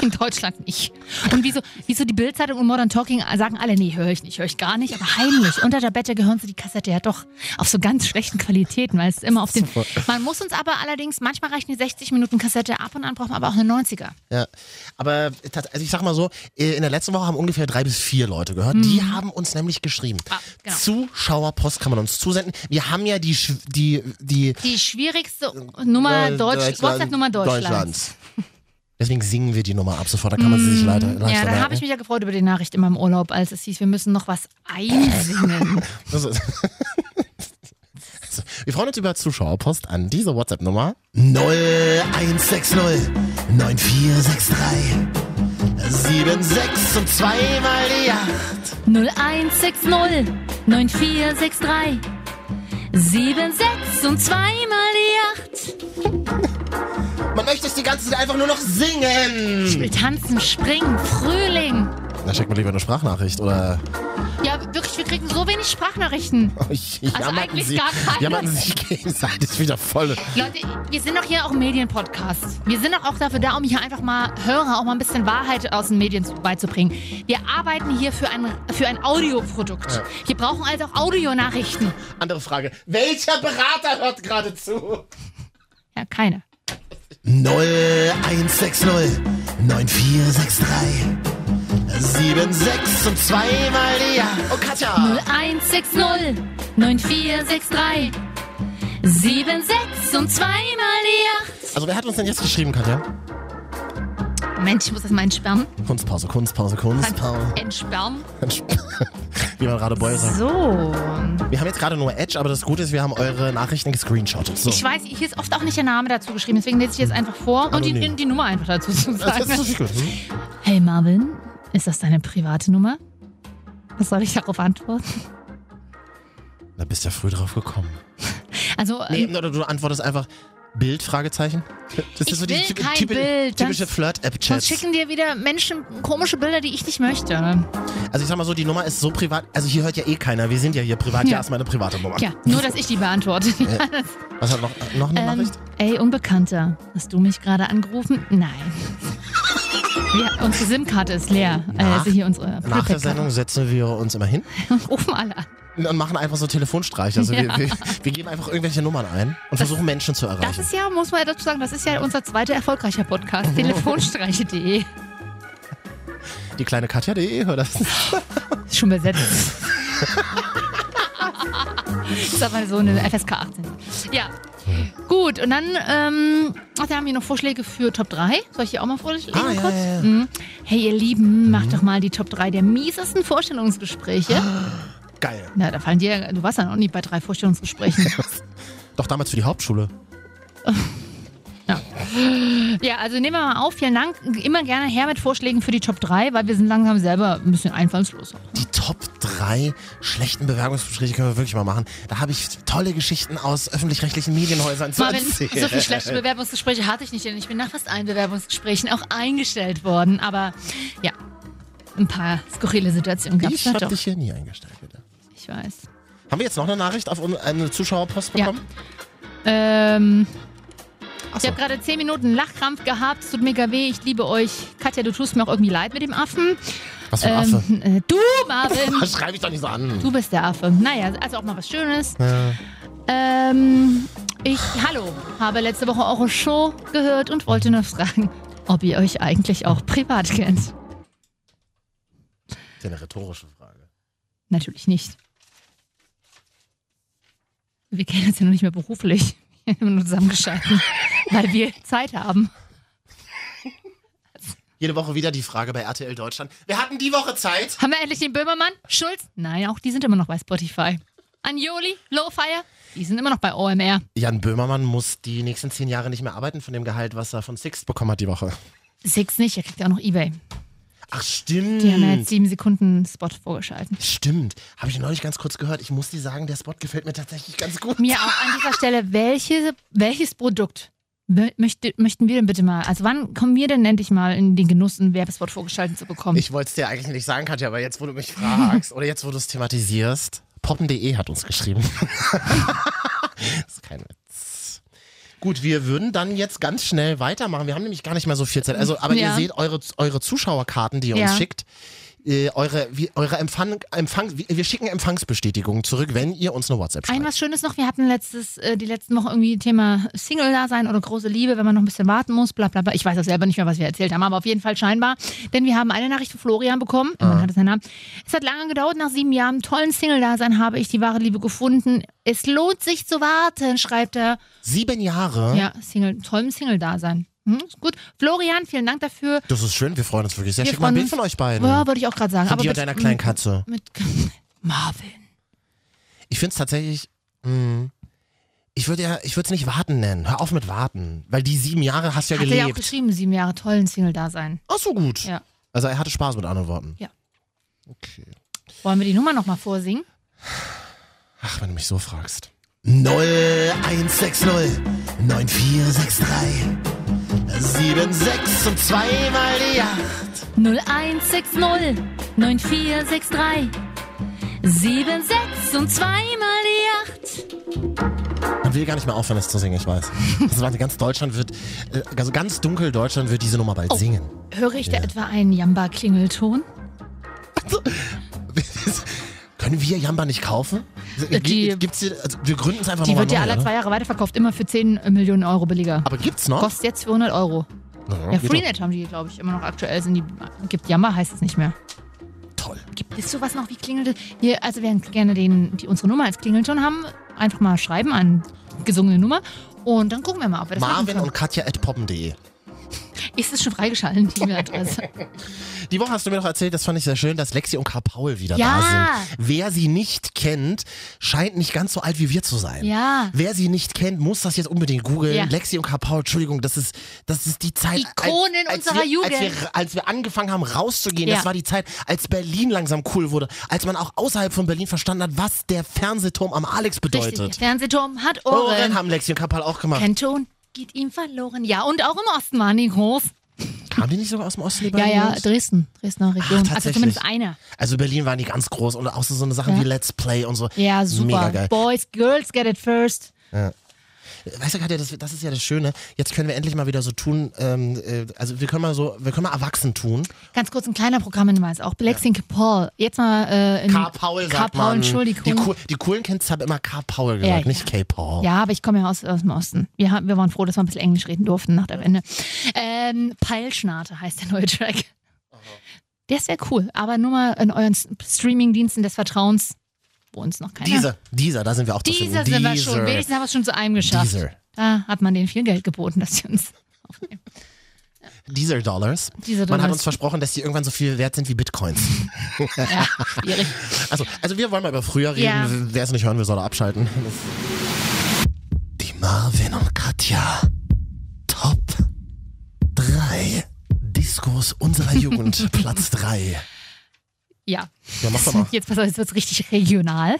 In Deutschland nicht. Und wieso, wieso die Bildzeitung und Modern Talking sagen alle, nee, höre ich nicht, höre ich gar nicht, aber heimlich. Unter der Bette gehören sie die Kassette ja doch auf so ganz schlechten Qualitäten, weil es immer auf den. Man muss uns aber allerdings, manchmal reichen die 60 Minuten Kassette ab und an braucht man aber auch eine 90er. ja. Aber tats- also ich sag mal so, äh, in der letzten Woche haben ungefähr drei bis vier Leute gehört. Die haben uns nämlich geschrieben. Hm. Ah, genau. Zuschauerpost kann man uns zusenden. Wir haben ja die, Sch- die, die Die schwierigste Nummer Äh, Deutsch, Deutschland- WhatsApp-Nummer Deutschlands. Deswegen singen wir die Nummer ab sofort, da kann man sie sich leider leichter Hm. Ja, da habe merken. ich mich ja gefreut über die Nachricht in meinem Urlaub, als es hieß, wir müssen noch was einsingen. Das ist- [laughs] Wir freuen uns über Zuschauerpost an diese WhatsApp-Nummer. 0160 9463 76 und zweimal die 8. 0160 9463 76 und zweimal die 8. Man möchte es die ganze Zeit einfach nur noch singen. Ich will tanzen, springen, Frühling. Na, schick mal lieber eine Sprachnachricht [laughs] oder. Ja, wirklich, wir kriegen so wenig Sprachnachrichten. Jammerten eigentlich sie, gar keine. Jammerten sie sich gegenseitig wieder voll. Leute, wir sind doch hier auch ein Medienpodcast. Wir sind doch auch dafür da, um hier einfach mal Hörer auch mal ein bisschen Wahrheit aus den Medien zu- beizubringen. Wir arbeiten hier für ein, für ein Audioprodukt. Wir brauchen also auch Audionachrichten. Andere Frage. Welcher Berater hört gerade zu? Ja, keine. 0160 9463 76 und zweimal die 8. Oh, Katja. 0160 9463 76 und zweimal die Also, wer hat uns denn jetzt geschrieben, Katja? 8. Mensch, ich muss das mal entsperren. Kunstpause, Kunstpause, [laughs] Kunstpause. Entsperren. Wie man gerade Boy sagt. So. Wir haben jetzt gerade nur Edge, aber das Gute ist, wir haben eure Nachrichten gescreenshottet. So. Ich weiß, hier ist oft auch nicht der Name dazu geschrieben, deswegen lese ich jetzt einfach vor und die, Anonym. die Nummer einfach dazu zu das ist sagen. nicht gut. Hm? Hey Marvin, ist das deine private Nummer? Was soll ich darauf antworten? Da bist ja früh drauf gekommen. Also, Nee, ähm, oder du antwortest einfach Bild, Fragezeichen. Das Ich will typ- kein typi- Bild, dann- typische sonst Flirt-App-Chats. schicken dir wieder Menschen komische Bilder, die ich nicht möchte. Also ich sag mal so, die Nummer ist so privat. Also hier hört ja eh keiner. Wir sind ja hier privat. Ja, Ja. ist meine private Nummer. Ja, [laughs] nur, dass ich die beantworte. Äh, Was hat noch, noch eine Ähm, Nachricht? ey, Unbekannter, hast du mich gerade angerufen? Nein. Ja, unsere SIM-Karte ist leer. Äh, also hier unsere Nach der Prepaid-Karte. [laughs] Sendung setzen wir uns immer hin Und rufen alle an. und machen einfach so Telefonstreiche. Also Ja. wir, wir, wir geben einfach irgendwelche Nummern ein und versuchen Menschen zu Das erreichen. ist ja, muss man ja dazu sagen, das ist ja unser zweiter erfolgreicher Oh. Podcast, telefonstreiche.de. Die kleine Katja.de, hör das. Ist [laughs] schon besetzt. ist aber so eine FSK 18. Ja. Gut, und dann, ähm, ach, da haben wir noch Vorschläge für Top 3. Soll ich die auch mal vorlegen Ah, ja, kurz? ja, Mhm. ja. Mhm. Hey, ihr Lieben, macht doch mal die Top 3 der miesesten Ah. Vorstellungsgespräche. Geil. Na, da fallen dir, du warst ja noch nie bei drei Vorstellungsgesprächen. [laughs] Doch damals für die Hauptschule. Ja, also nehmen wir mal auf. Vielen Dank. Immer gerne her mit Vorschlägen für die Top 3, weil wir sind langsam selber ein bisschen einfallslos. Die Top 3 schlechten Bewerbungsgespräche können wir wirklich mal machen. Da habe ich tolle Geschichten aus öffentlich-rechtlichen Medienhäusern zu Marvin, erzählen. so viele schlechte Bewerbungsgespräche hatte ich nicht, denn ich bin nach fast allen Bewerbungsgesprächen auch eingestellt worden. Aber ja, ein paar skurrile Situationen gab es ich da habe doch. dich hier nie eingestellt, bitte. Ich weiß. Haben wir jetzt noch eine Nachricht auf un- eine Zuschauerpost Ja. bekommen? Ähm, ich so. habe gerade zehn Minuten Lachkrampf gehabt. Es tut mega weh. Ich liebe euch. Katja, du tust mir auch irgendwie leid mit dem Affen. Was für ein Affe? Ähm, äh, du, Marvin. [laughs] Das schreibe ich doch nicht so an. Du bist der Affe. Naja, also auch mal was Schönes. Ähm, ich, hallo, habe letzte Woche eure Show gehört und wollte nur fragen, ob ihr euch eigentlich auch privat kennt. Das ist ja eine rhetorische Frage. Natürlich nicht. Wir kennen uns ja noch nicht mehr beruflich. [laughs] Wir haben nur zusammengeschalten, weil wir Zeit haben. Jede Woche wieder die Frage bei RTL Deutschland. Wir hatten die Woche Zeit. Haben wir endlich den Böhmermann? Schulz? Nein, auch die sind immer noch bei Spotify. Anjoli? Lowfire? Die sind immer noch bei OMR. Jan Böhmermann muss die nächsten zehn Jahre nicht mehr arbeiten von dem Gehalt, was er von Sixt bekommen hat die Woche. Six nicht, er kriegt ja auch noch Ebay. Ach, stimmt. Die haben ja jetzt sieben Sekunden Spot vorgeschalten. Stimmt. Habe ich neulich ganz kurz gehört. Ich muss dir sagen, der Spot gefällt mir tatsächlich ganz gut. mir auch an dieser Stelle, welche, welches Produkt mö- möchte, möchten wir denn bitte mal? Also wann kommen wir denn endlich mal in den Genuss, ein Werbespot vorgeschaltet zu bekommen? Ich wollte es dir eigentlich nicht sagen, Katja, aber jetzt, wo du mich fragst oder jetzt, wo du es thematisierst, poppen.de hat uns geschrieben. [laughs] das ist kein Witz. Gut, wir würden dann jetzt ganz schnell weitermachen. Wir haben nämlich gar nicht mehr so viel Zeit. Also, aber ihr Ja. seht eure, eure Zuschauerkarten, die ihr Ja. uns schickt. Äh, eure wie, eure Empfang, Empfang, wir- wir schicken Empfangsbestätigungen zurück, wenn ihr uns eine WhatsApp ein schreibt. was Schönes noch, wir hatten letztes, äh, die letzten Wochen irgendwie Thema Single-Dasein oder große Liebe, wenn man noch ein bisschen warten muss, bla bla bla. Ich weiß auch selber nicht mehr, was wir erzählt haben, aber auf jeden Fall scheinbar. Denn wir haben eine Nachricht von Florian bekommen, man hatte seinen Namen. Es hat lange gedauert, nach sieben Jahren tollen Single-Dasein habe ich die wahre Liebe gefunden. Es lohnt sich zu warten, schreibt er. Sieben Jahre. Ja, Single, tollem Single-Dasein. Hm, ist gut. Florian, vielen Dank dafür. Das ist schön, wir freuen uns wirklich sehr. Wir Schick mal ein freuen Bild von uns- euch beiden. Ja, würde ich auch gerade sagen. von aber dir und bitte- deiner kleinen Katze. Mit [laughs] Marvin. Ich finde es tatsächlich. Mh, ich würde ja, ich würde es nicht warten nennen. Hör auf mit warten, weil die sieben Jahre hast du ja Hat er ja auch gelebt. geschrieben, sieben Jahre tollen Single-Dasein. Ach so gut. Ja. Also er hatte Spaß mit anderen Worten. Ja. Okay. Wollen wir die Nummer nochmal vorsingen? Ach, wenn du mich so fragst. 0160 9463 76 und zweimal die Jacht. 0160 9463 76 und zweimal die 8. Man will gar nicht mehr aufhören, das zu singen, ich [laughs] weiß. Das war, ganz Deutschland wird, äh, also ganz dunkel Deutschland wird diese Nummer bald Oh. singen. Höre ich da etwa einen Jamba-Klingelton? [laughs] Können wir Jamba nicht kaufen? Äh, Die- Gibt's hier, also wir ne? gründen es einfach Die nochmal wird ja neu, alle oder? zwei Jahre weiterverkauft, immer für 10 Millionen Euro billiger. Aber gibt's noch? Mhm. Kostet jetzt 400 Euro. Ja, geht Freenet haben die, glaube ich, immer noch aktuell. Sind die, gibt Jamba, heißt es nicht mehr. doch. Toll. Gibt es sowas noch wie Klingelte? Wir, also wer gerne den, die, unsere Nummer als Klingelton haben, einfach mal schreiben an gesungene Nummer und dann gucken wir mal, ob wir das Marvin machen und Katja at poppen.de. können. Ist es schon freigeschaltet, [laughs] die Also, E-Mail-Adresse? Die Woche hast du mir noch erzählt, das fand ich sehr schön, dass Lexi und Karl Paul wieder Ja. da sind. Wer sie nicht kennt, scheint nicht ganz so alt wie wir zu sein. Ja. Wer sie nicht kennt, muss das jetzt unbedingt googeln. Ja. Lexi und Karl Paul, Entschuldigung, das ist, das ist die Zeit. Ikonen als, als unserer wir, Jugend. Als wir, als wir angefangen haben, rauszugehen, Ja. das war die Zeit, als Berlin langsam cool wurde. Als man auch außerhalb von Berlin verstanden hat, was der Fernsehturm am Alex bedeutet. Richtig. Fernsehturm hat Ohren. Ohren. haben Lexi und Karl Paul auch gemacht. Kein Ton geht ihm verloren. Ja, und auch im Osten waren die groß. Kamen die nicht sogar aus dem Osten, die Ja, beiden ja, Jungs? Dresden. Dresdner Region. also tatsächlich. zumindest einer. Also Berlin waren die ganz groß und auch so, so eine Sachen Ja. wie Let's Play und so. Ja, super. Mega geil. Boys, Girls get it first. weißt du, Katja, das, das ist ja das Schöne. Jetzt können wir endlich mal wieder so tun, ähm, äh, also wir können mal so, wir können mal erwachsen tun. Ganz kurz ein kleiner Programmhinweis auch. Lexington Paul. Jetzt mal äh, in K. Paul Karl sagt Paul, man. Entschuldigung. Die, Cool- die coolen Kids haben immer K. Paul gesagt, Ja, nicht K. Paul. Ja, aber ich komme ja aus, aus dem Osten. Wir, haben, wir waren froh, dass wir ein bisschen Englisch reden durften nach der Wende. Ähm, Peilschnarte heißt der neue Track. Der ist sehr cool, aber nur mal in euren S- Streaming-Diensten des Vertrauens, wo uns noch keiner. Dieser, dieser, da sind wir auch zu Dieser finden. sind wir schon. Wenigstens haben wir es schon zu einem geschafft. Dieser. Da hat man denen viel Geld geboten, dass [laughs] sie uns. Dieser Dollars. Dieser Man hat Dollars. uns versprochen, dass die irgendwann so viel wert sind wie Bitcoins. Ja, schwierig. Also, also wir wollen mal über früher reden. Ja. Wer es nicht hören will, soll er abschalten. Die Marvin und Katja. Top 3 Diskos unserer [laughs] Jugend. Platz 3. Ja. Ja, mach doch mal. Jetzt, pass auf, jetzt wird es richtig regional.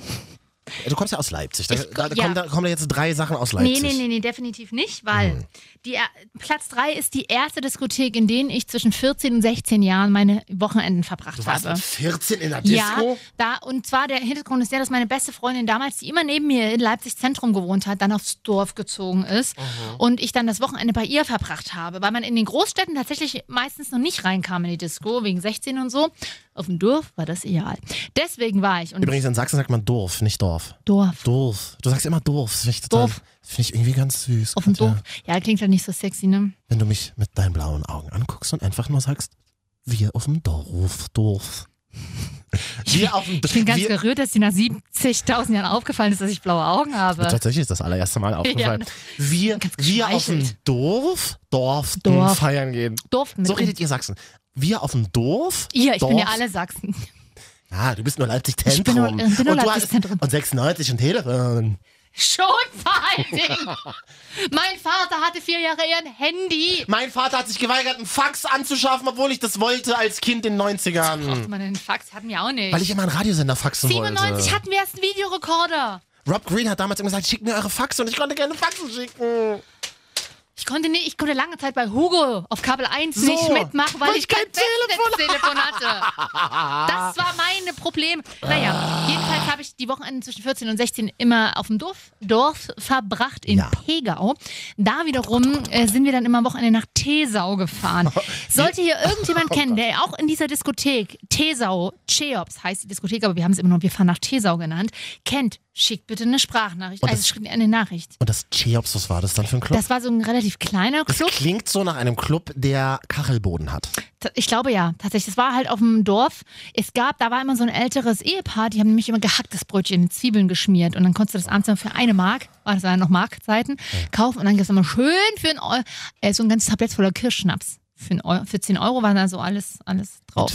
Du kommst ja aus Leipzig. Da, da, ja. kommen, da kommen da jetzt drei Sachen aus Nee, Leipzig. nee, nee, nee, definitiv nicht, weil Mhm. die, er- Platz 3 ist die erste Diskothek, in denen ich zwischen 14 und 16 Jahren meine Wochenenden verbracht Du warst habe. mit 14 in der Ja, Disco? da, und zwar der Hintergrund ist der, dass meine beste Freundin damals, die immer neben mir in Leipzig Zentrum gewohnt hat, dann aufs Dorf gezogen ist Mhm. und ich dann das Wochenende bei ihr verbracht habe, weil man in den Großstädten tatsächlich meistens noch nicht reinkam in die Disco, wegen 16 und so. Auf dem Dorf war das ideal. Deswegen war ich und Übrigens, in Sachsen sagt man Dorf, nicht Dorf. Dorf. Dorf. Du sagst immer Dorf. Das Finde ich, total- Dorf. finde ich irgendwie ganz süß. Auf dem Katja. Dorf. Ja, klingt ja nicht so sexy, ne? Wenn du mich mit deinen blauen Augen anguckst und einfach nur sagst, wir auf dem Dorf, Dorf. [laughs] Wir auf dem Ich Dorf. bin ganz wir- gerührt, dass dir nach 70.000 Jahren aufgefallen ist, dass ich blaue Augen Mir habe. Tatsächlich ist das allererste Mal aufgefallen. Ja. wir wir auf dem Dorf, Dorf, hm, Dorf. feiern gehen. Durften mit So redet ihr Sachsen. Wir auf dem Dorf. Ihr, ich Dorf. bin ja alle Sachsen. [laughs] Ja, du bist nur Ich bin Leipzig-Zentrum. nur- ich bin nur und, du hast- Leipzig-Zentrum. und 96 und Telefon. Schon vor allen [laughs] Dingen. mein Vater hatte vier Jahre ein Handy. Mein Vater hat sich geweigert, einen Fax anzuschaffen, obwohl ich das wollte als Kind in den 90ern. Man, den Fax hatten wir auch nicht. Weil ich immer einen Radiosender faxen 97 wollte. hatten wir erst einen Videorekorder. Rob Green hat damals immer gesagt, schickt mir eure Faxe und ich konnte keine Faxen schicken. Ich konnte, nicht, ich konnte lange Zeit bei Hugo auf Kabel 1 So, nicht mitmachen, weil, weil ich ich kein kein Telefon hatte. Das war mein Problem. Ah. Naja, jedenfalls habe ich die Wochenenden zwischen 14 und 16 immer auf dem Dorf, Dorf verbracht in Ja. Pegau. Da wiederum äh, sind wir dann immer am Wochenende nach [laughs] Tesau gefahren. Sollte hier irgendjemand Oh kennen, der auch in dieser Diskothek Tesau, Cheops heißt die Diskothek, aber wir haben es immer nur, wir fahren nach Tesau genannt, kennt, schickt bitte eine Sprachnachricht. Und Also das- schickt eine Nachricht. Und das Cheops, was war das dann für ein Club? Das war so ein relativ kleiner Das Club. klingt so nach einem Club, der Kachelboden hat. Ta- Ich glaube ja, tatsächlich. Es war halt auf dem Dorf. Es gab, da war immer so ein älteres Ehepaar, die haben nämlich immer gehacktes Brötchen in Zwiebeln geschmiert. Und dann konntest du das abends dann für eine Mark, war das waren noch Markzeiten, kaufen. Und dann gab es immer schön für ein Eu- äh, so ein ganzes Tablett voller Kirschschnaps. Für, ein Eu- für 10 Euro war da so alles, alles Mit drauf.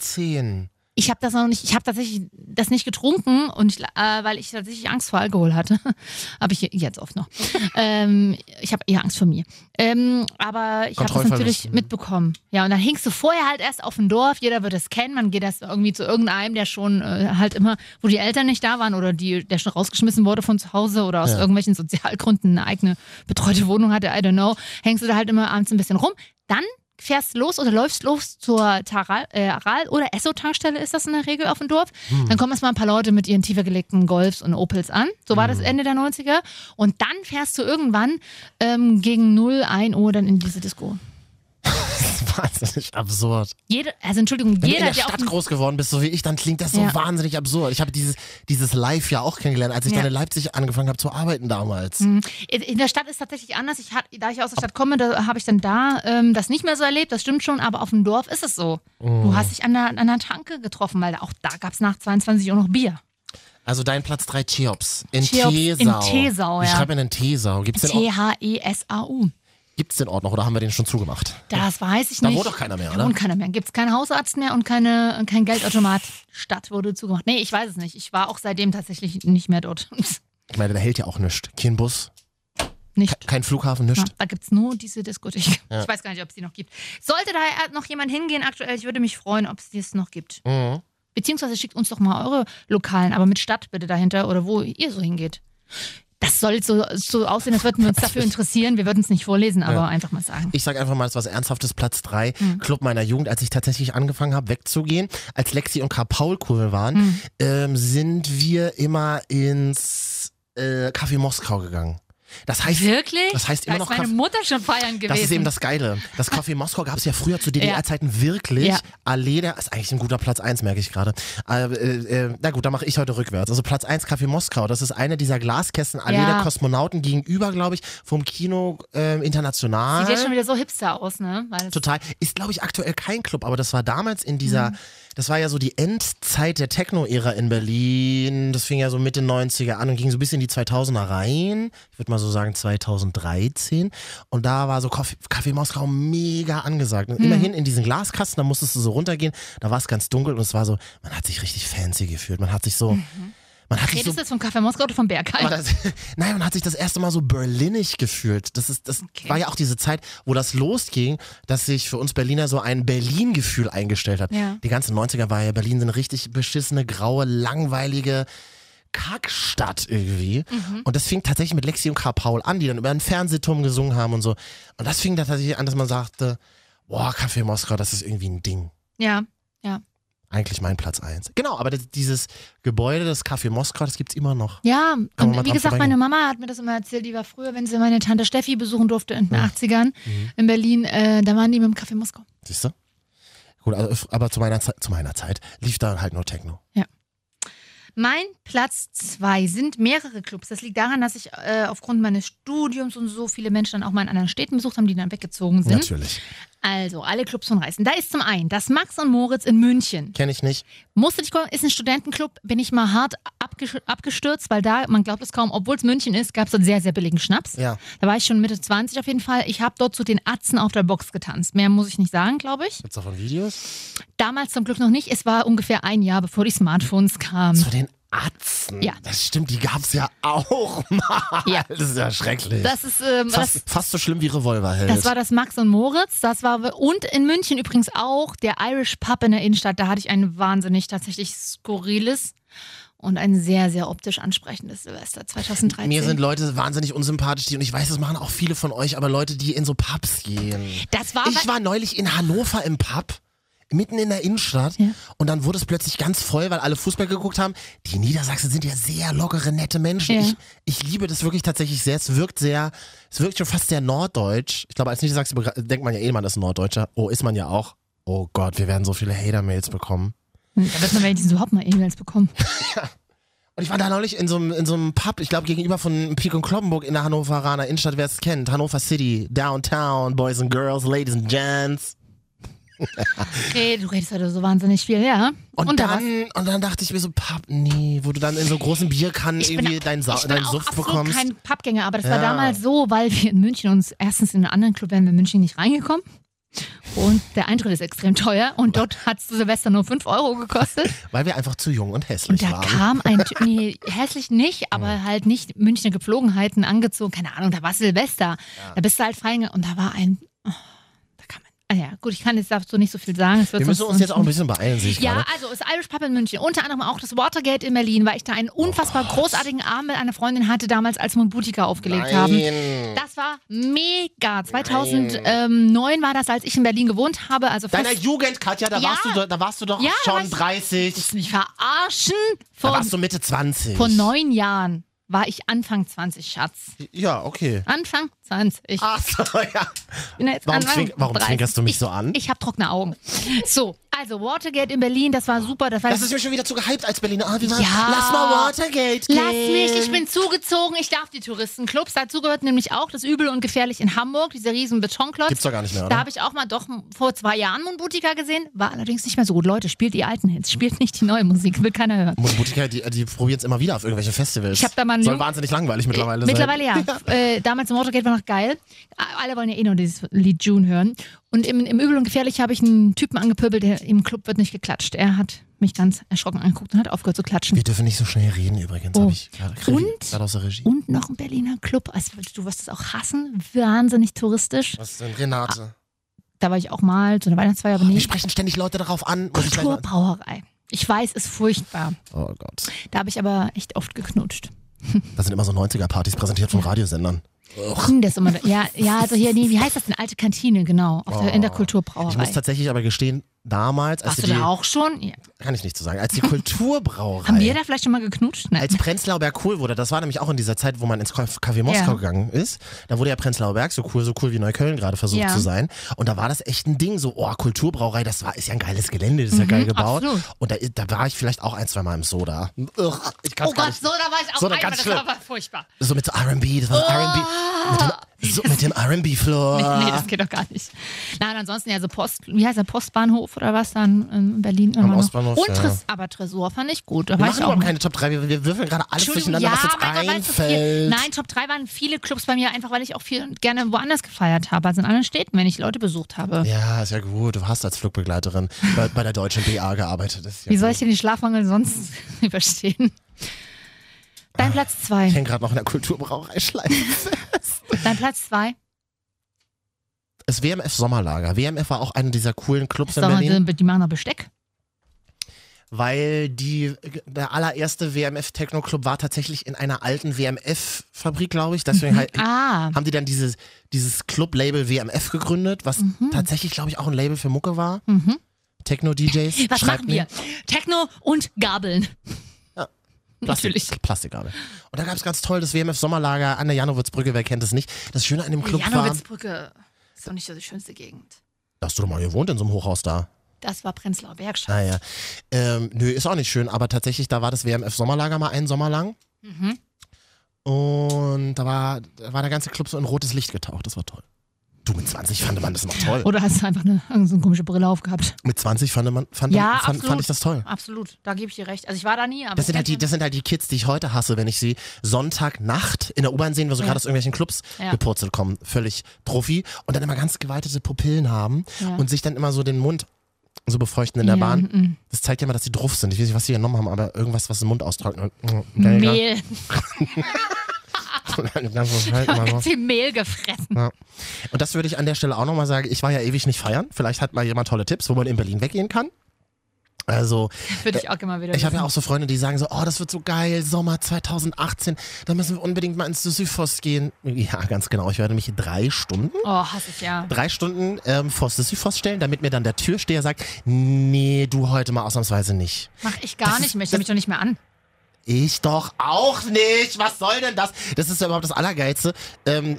14. Ich habe das noch nicht, ich habe tatsächlich das nicht getrunken, und ich, äh, weil ich tatsächlich Angst vor Alkohol hatte. [laughs] habe ich jetzt oft [laughs] noch. ähm, ich habe eher Angst vor mir. Ähm, aber ich habe das Kontrollverlust, natürlich mhm. mitbekommen. Ja, und dann hingst du vorher halt erst auf dem Dorf, jeder wird es kennen, man geht erst irgendwie zu irgendeinem, der schon äh, halt immer, wo die Eltern nicht da waren oder die, der schon rausgeschmissen wurde von zu Hause oder aus Ja. irgendwelchen Sozialgründen eine eigene betreute Wohnung hatte, I don't know, hängst du da halt immer abends ein bisschen rum. Dann fährst los oder läufst los zur Taral, äh, Aral oder Esso-Tankstelle ist das in der Regel auf dem Dorf. Hm. Dann kommen erstmal ein paar Leute mit ihren tiefer gelegten Golfs und Opels an. So Hm. war das Ende der 90er. Und dann fährst du irgendwann ähm, gegen 0, 1 Uhr dann in diese Disco. Das ist wahnsinnig absurd. Jede, also Entschuldigung, Wenn jeder, du in der der auf Stadt dem- groß geworden bist, so wie ich, dann klingt das so Ja. wahnsinnig absurd. Ich habe dieses, dieses Live ja auch kennengelernt, als ich Ja. Mhm. dann in Leipzig angefangen habe zu arbeiten damals. in in der Stadt ist tatsächlich anders. Ich hat, da ich aus der Stadt komme, da habe ich dann da ähm, das nicht mehr so erlebt. Das stimmt schon, aber auf dem Dorf ist es so. Oh. Du hast dich an der, an der Tanke getroffen, weil auch da gab es nach 22 Uhr noch Bier. Also dein Platz 3 Cheops. In Cheops in Tesau. Tesau, Ich ja. schreibe in Tesau. Gibt's den, Ort, E T-H-E-S-A-U. gibt's den Ort noch oder haben wir den schon zugemacht? Das weiß ich Da nicht. wohnt doch keiner mehr, Da oder? wohnt keiner mehr. Gibt es keinen Hausarzt mehr und keine, und kein Geldautomat. Stadt wurde zugemacht. Nee, ich weiß es nicht. Ich war auch seitdem tatsächlich nicht mehr dort. [laughs] Ich meine, da hält ja auch nichts. Kein Bus, nicht. kein Flughafen, Ja, nichts. da gibt es nur diese Diskothek. Ja. Ich weiß gar nicht, ob es die noch gibt. Sollte da noch jemand hingehen aktuell, ich würde mich freuen, ob es die noch gibt. Mhm. Beziehungsweise schickt uns doch mal eure Lokalen, aber mit Stadt bitte dahinter oder wo ihr so hingeht. Das soll so, so aussehen, als würden [laughs] wir uns dafür interessieren. Wir würden es nicht vorlesen, aber einfach mal sagen. Ich sage einfach mal, es war was Ernsthaftes, Platz 3, Mhm. Club meiner Jugend, als ich tatsächlich angefangen habe, wegzugehen. Als Lexi und Karl Paul cool waren, Mhm. ähm, sind wir immer ins äh, Café Moskau gegangen. Das heißt, Wirklich? Das heißt immer da noch ist meine Kaff- Mutter schon feiern gewesen. Das ist eben das Geile. Das Café Moskau gab es ja früher zu DDR-Zeiten wirklich. Ja. Allee, der ist eigentlich ein guter Platz 1, merke ich gerade. Äh, äh, äh, na gut, da mache ich heute rückwärts. Also Platz 1 Café Moskau, das ist eine dieser Glaskästen Allee Ja. der Kosmonauten gegenüber, glaube ich, vom Kino ähm, International. Sieht jetzt schon wieder so hipster aus, ne? Weil es- Total. Ist, glaube ich, aktuell kein Club, aber das war damals in dieser, das war ja so die Endzeit der Techno-Ära in Berlin. Das fing ja so Mitte 90er an und ging so ein bisschen in die 2000er rein. Ich würde mal so sagen 2013. Und da war so Kaffee, Kaffee Moskau mega angesagt. Und immerhin in diesen Glaskasten, da musstest du so runtergehen. Da war es ganz dunkel und es war so, man hat sich richtig fancy gefühlt. Man hat sich so, man hat sich so Redest du jetzt vom Café Moskau oder vom Bergheim? aber das, [laughs] nein, man hat sich das erste Mal so berlinisch gefühlt. Das, ist, das war ja auch diese Zeit, wo das losging, dass sich für uns Berliner so ein Berlin-Gefühl eingestellt hat. Ja. Die ganzen 90er war ja Berlin so eine richtig beschissene, graue, langweilige Kackstadt irgendwie. Mhm. Und das fing tatsächlich mit Lexi und Karl Paul an, die dann über einen Fernsehturm gesungen haben und so. Und das fing da tatsächlich an, dass man sagte, boah, Kaffee Moskau, das ist irgendwie ein Ding. ja. Eigentlich mein Platz eins. Genau, aber das, dieses Gebäude, das Café Moskau, das gibt's immer noch. Ja, Kann man mal und wie dran gesagt, vorbeigehen. meine Mama hat mir das immer erzählt, die war früher, wenn sie meine Tante Steffi besuchen durfte in Mhm. den 80ern in Berlin, äh, da waren die mit dem Café Moskau. Siehst du? Gut, also, aber zu meiner, Ze zu meiner Zeit lief da halt nur Techno. Mein Platz zwei sind mehrere Clubs. Das liegt daran, dass ich äh, aufgrund meines Studiums und so viele Menschen dann auch mal in anderen Städten besucht haben, die dann weggezogen sind. Natürlich. Also, alle Clubs von Reißen. Da ist zum einen das Max und Moritz in München. Kenne ich nicht. Musste ich kommen, ist ein Studentenclub, bin ich mal hart abgesch- abgestürzt, weil da, man glaubt es kaum, obwohl es München ist, gab es dort sehr, sehr billigen Schnaps. Ja. Da war ich schon Mitte 20 auf jeden Fall. Ich habe dort zu den Atzen auf der Box getanzt. Mehr muss ich nicht sagen, glaube ich. Gibt's davon Videos? Damals zum Glück noch nicht. Es war ungefähr ein Jahr, bevor die Smartphones kamen. Zu den Atzen. Mhm. Ja. Das stimmt, die gab's ja auch [laughs] mal. Ja. Das ist ja schrecklich. Das ist, ähm, das, fast, fast so schlimm wie Revolverheld. das war das Max und Moritz. Das war und in München übrigens auch der Irish Pub in der Innenstadt. Da hatte ich ein wahnsinnig tatsächlich skurriles und ein sehr, sehr optisch ansprechendes Silvester 2013. Mir sind Leute wahnsinnig unsympathisch, die, und ich weiß, das machen auch viele von euch, aber Leute, die in so Pubs gehen. das war ich war neulich in Hannover im Pub, mitten in der Innenstadt. Ja. Und dann wurde es plötzlich ganz voll, weil alle Fußball geguckt haben. Die Niedersachsen sind ja sehr lockere, nette Menschen. Ja. Ich, ich liebe das wirklich tatsächlich sehr. Es wirkt sehr, es wirkt schon fast sehr norddeutsch. Ich glaube, als Niedersachse begre- denkt man ja eh, man ist ein Norddeutscher. Oh, ist man ja auch. Oh Gott, wir werden so viele Hater-Mails bekommen. da wird man wenigstens überhaupt mal E-Mails bekommen. Und ich war da neulich in so einem, in so einem Pub, ich glaube gegenüber von Pik und Kloppenburg in der Hannoveraner Innenstadt, wer es kennt. Hannover City, Downtown, Boys and Girls, Ladies and Gents. Okay, du redest heute so wahnsinnig viel, ja. Und, da war's. dann, und dann dachte ich mir so, Papp, nee, wo du dann in so großen Bierkannen Ich bin irgendwie auch- deinen, Sa ich bin deinen auch Suff absolut bekommst. kein Pappgänger, aber das war Ja. damals so, weil wir in München uns erstens in einen anderen Club wären wir in München nicht reingekommen. Und der Eintritt ist extrem teuer und dort hat es zu Silvester nur 5 [laughs] Euro gekostet. Weil wir einfach zu jung und Und hässlich da waren. kam ein [laughs] Typ, nee, hässlich nicht, aber halt nicht Münchner Gepflogenheiten angezogen, keine Ahnung, da war Silvester. Da bist du halt feiern und da war ein, oh, da kam ein, ah ja, gut, ich kann jetzt dazu nicht so viel sagen. es wird Wir müssen sonst- uns jetzt auch ein bisschen beeilen, sehe ich ja, gerade. also das Irish Pub in München, unter anderem auch das Watergate in Berlin, weil ich da einen unfassbar Oh, großartigen Abend mit einer Freundin hatte, damals als wir einen Boutique aufgelegt haben. Nein. Das war mega. 2009 war das, als ich in Berlin gewohnt habe. Also Deiner fast- Jugend, Katja, da, Ja. warst, du, do- da warst du doch Ja, da war schon ich- 30. Willst du mich verarschen? Da Vor, warst du Mitte 20. vor neun Jahren war ich Anfang 20, Schatz. Ja, okay. Anfang 20. Ich Ach so, ja. bin jetzt Ah, Warum, Anfang zwink, warum 30. zwinkerst du mich so an? Ich habe trockene Augen. So, also Watergate in Berlin, das war super. Das war das ist mir schon wieder zu gehypt als Berliner. Ah, wie war- Ja. Lass mal Watergate gehen. Lass mich, ich bin zugezogen, ich darf die Touristenclubs. Dazu gehört nämlich auch das Übel und Gefährlich in Hamburg, dieser riesen Betonklotz. Gibt's doch gar nicht mehr, Da oder? habe ich auch mal doch vor zwei Jahren Moonbootica gesehen, war allerdings nicht mehr so gut. Leute, spielt die alten Hits, spielt nicht die neue Musik, will keiner hören. Muttiker, die, die probieren es immer wieder auf irgendwelche Festivals. Ich hab da mal einen Soll Jungen- wahnsinnig langweilig mittlerweile sein. [laughs] Mittlerweile ja. Äh, damals im Watergate war noch geil. Alle wollen ja eh nur dieses Lied June hören. Und im, im Übel und Gefährlich habe ich einen Typen angepöbelt, der im Club wird nicht geklatscht. Er hat mich ganz erschrocken angeguckt und hat aufgehört zu klatschen. Wir dürfen nicht so schnell reden übrigens, Oh. habe ich gerade krieg ich Und? gerade aus der Regie. Und noch ein Berliner Club. Also, du wirst es auch hassen. Wahnsinnig touristisch. Was denn, Renate? Ah, Da war ich auch mal zu einer Weihnachtsfeier, aber Oh, Wir nee. sprechen ständig Leute darauf an. Muss ich gleich mal- Kulturbrauerei. Ich weiß, ist furchtbar. Oh Gott. Da habe ich aber echt oft geknutscht. Da sind immer so 90er-Partys präsentiert von Radiosendern. Ging das immer. Ja, ja, also hier, nee, wie heißt das denn? Alte Kantine, genau. Auf der, in der Oh, Ich Kulturbrauerei. muss tatsächlich aber gestehen, damals, als Oh, Warst du wir die, da auch schon? Ja. kann ich nicht so sagen, als [laughs] die Kulturbrauerei. Haben wir da vielleicht schon mal geknutscht? Nein. als Prenzlauer Berg cool wurde, das war nämlich auch in dieser Zeit, wo man ins Café Moskau Ja. gegangen ist, da wurde ja Prenzlauer Berg so cool, so cool wie Neukölln gerade versucht Ja. zu sein. Und da war das echt ein Ding, so, oh, Kulturbrauerei, das war, ist ja ein geiles Gelände, das ist ja geil gebaut. Mhm, absolut. Und da, da war ich vielleicht auch ein, zwei Mal im Soda. Ugh, ich kann's oh gar Gott, nicht. so, da war ich auch So, da einmal. ganz Das schlimm. war aber furchtbar. So mit so R&B, das war so R&B. Mit dem, so mit dem R&B-Floor. Ah. [laughs] Nee, nee, das geht doch gar nicht. Nein, ansonsten ja so Post, wie heißt der Postbahnhof oder was dann in Berlin? Am immer noch. Ostbahnhof, Und ja. Tresor, aber Tresor fand ich gut. Da wir war ich machen auch überhaupt mal. keine Top 3, wir, wir würfeln gerade alles Entschuldigung, durcheinander, was jetzt mein Gott, weil es so viel- einfällt. Nein, Top 3 waren viele Clubs bei mir, einfach weil ich auch viel gerne woanders gefeiert habe, also in anderen Städten, wenn ich Leute besucht habe. Ja, ist ja gut. Du hast als Flugbegleiterin bei, bei der deutschen BA gearbeitet. Das ist ja Wie soll gut. ich denn die Schlafmangel sonst [laughs] überstehen? Dein Platz Ich 2. hänge gerade noch in der Kulturbrauerei Schleife. Dein Platz 2. [laughs] Das WMF Sommerlager. WMF war auch einer dieser coolen Clubs in Berlin, Die machen noch Besteck. weil die, der allererste WMF Techno Club war tatsächlich in einer alten WMF Fabrik, glaube ich. Deswegen halt, Ah, haben die dann dieses, dieses Club-Label WMF gegründet, was tatsächlich, glaube ich, auch ein Label für Mucke war. Mhm. Techno-DJs. was schreibt machen mir. wir? Techno und Gabeln. Plastik, Natürlich. Plastikgabel. Und da gab es ganz toll das WMF Sommerlager an der Janowitzbrücke, wer kennt es nicht. Das Schöne an dem Club war, Janowitzbrücke ist doch nicht so die schönste Gegend. dass du doch mal gewohnt in so einem Hochhaus da. Das war Prenzlauer Bergstadt. Naja. Ah, Ähm, nö, ist auch nicht schön, aber tatsächlich, da war das WMF Sommerlager mal einen Sommer lang. Mhm. Und da war, da war der ganze Club so in rotes Licht getaucht. Das war toll. Du, mit 20 fand man das noch toll. Oder hast du einfach eine, irgend so eine komische Brille aufgehabt? mit 20 fand, man, fand, fand, Ja, absolut. fand ich das toll. Absolut, da gebe ich dir recht. Also ich war da nie, aber. Das sind, halt die, das sind halt die Kids, die ich heute hasse, wenn ich sie Sonntagnacht in der U-Bahn sehen, weil sie Ja. gerade aus irgendwelchen Clubs Ja. gepurzelt kommen. Völlig Profi. Und dann immer ganz geweitete Pupillen haben Ja. und sich dann immer so den Mund so befeuchten in der Ja, Bahn. mhm. Das zeigt ja immer, dass sie drauf sind. Ich weiß nicht, was sie genommen haben, aber irgendwas, was im Mund austrocknet. Mehl. Ganz [laughs] Und viel Mehl gefressen. das würde ich an der Stelle auch nochmal sagen. Ich war ja ewig nicht feiern. Vielleicht hat mal jemand tolle Tipps, wo man in Berlin weggehen kann. Also, Würde ich auch gerne mal wieder. ich habe ja wissen. auch so Freunde, die sagen so, oh, das wird so geil, Sommer 2018, da müssen wir unbedingt mal ins Sisyphos gehen. Ja, ganz genau. Ich werde mich drei Stunden, Oh, hasse ich ja. drei Stunden ähm, vor Sisyphos stellen, damit mir dann der Türsteher sagt, nee, du heute mal ausnahmsweise nicht. Mach ich gar Das nicht ist- mehr. Ich nehme mich doch nicht mehr an. Ich doch auch nicht. Was soll denn das? Das ist ja überhaupt das Allergeilste. Ähm,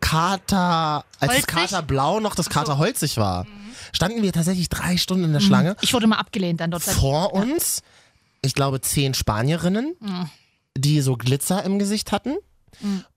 Kater, als das Holzig? Kater blau noch das Ach so. Mhm. Kater holzig war, standen wir tatsächlich drei Stunden in der Schlange. Ich wurde mal abgelehnt dann dort. Vor uns, ich glaube, zehn Spanierinnen, Mhm. die so Glitzer im Gesicht hatten.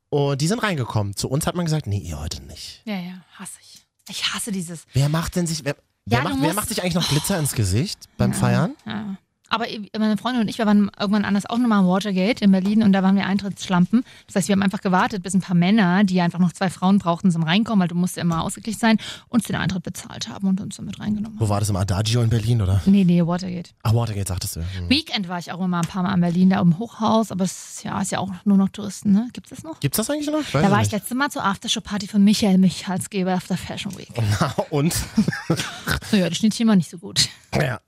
Und die sind reingekommen. Zu uns hat man gesagt, nee, ihr heute nicht. Ja, ja, hasse ich. Ich hasse dieses. Wer macht denn sich, wer, Ja, wer, du macht, wer musst- macht sich eigentlich noch Glitzer ins Gesicht [laughs] beim Feiern? Ja. Aber i- meine Freundin und ich, wir waren irgendwann anders auch nochmal am Watergate in Berlin und da waren wir Eintrittsschlampen. Das heißt, wir haben einfach gewartet, bis ein paar Männer, die einfach noch zwei Frauen brauchten zum Reinkommen, weil du musst ja immer ausgeglichen sein, uns den Eintritt bezahlt haben und uns damit reingenommen haben. Wo war das im Adagio in Berlin, oder? Nee, nee, Watergate. Ach, Watergate, sagtest du. ja. Hm. Weekend war ich auch immer mal ein paar Mal in Berlin, da im Hochhaus, aber es ist ja, ist ja auch nur noch Touristen, ne? Gibt's das noch? Gibt's das eigentlich noch? weiß Da war es ich letztes Mal zur Aftershow-Party von Michael Michalsgeber auf der Fashion Week. [laughs] Na, und? Naja, das Schnittchen war nicht so gut. Ja.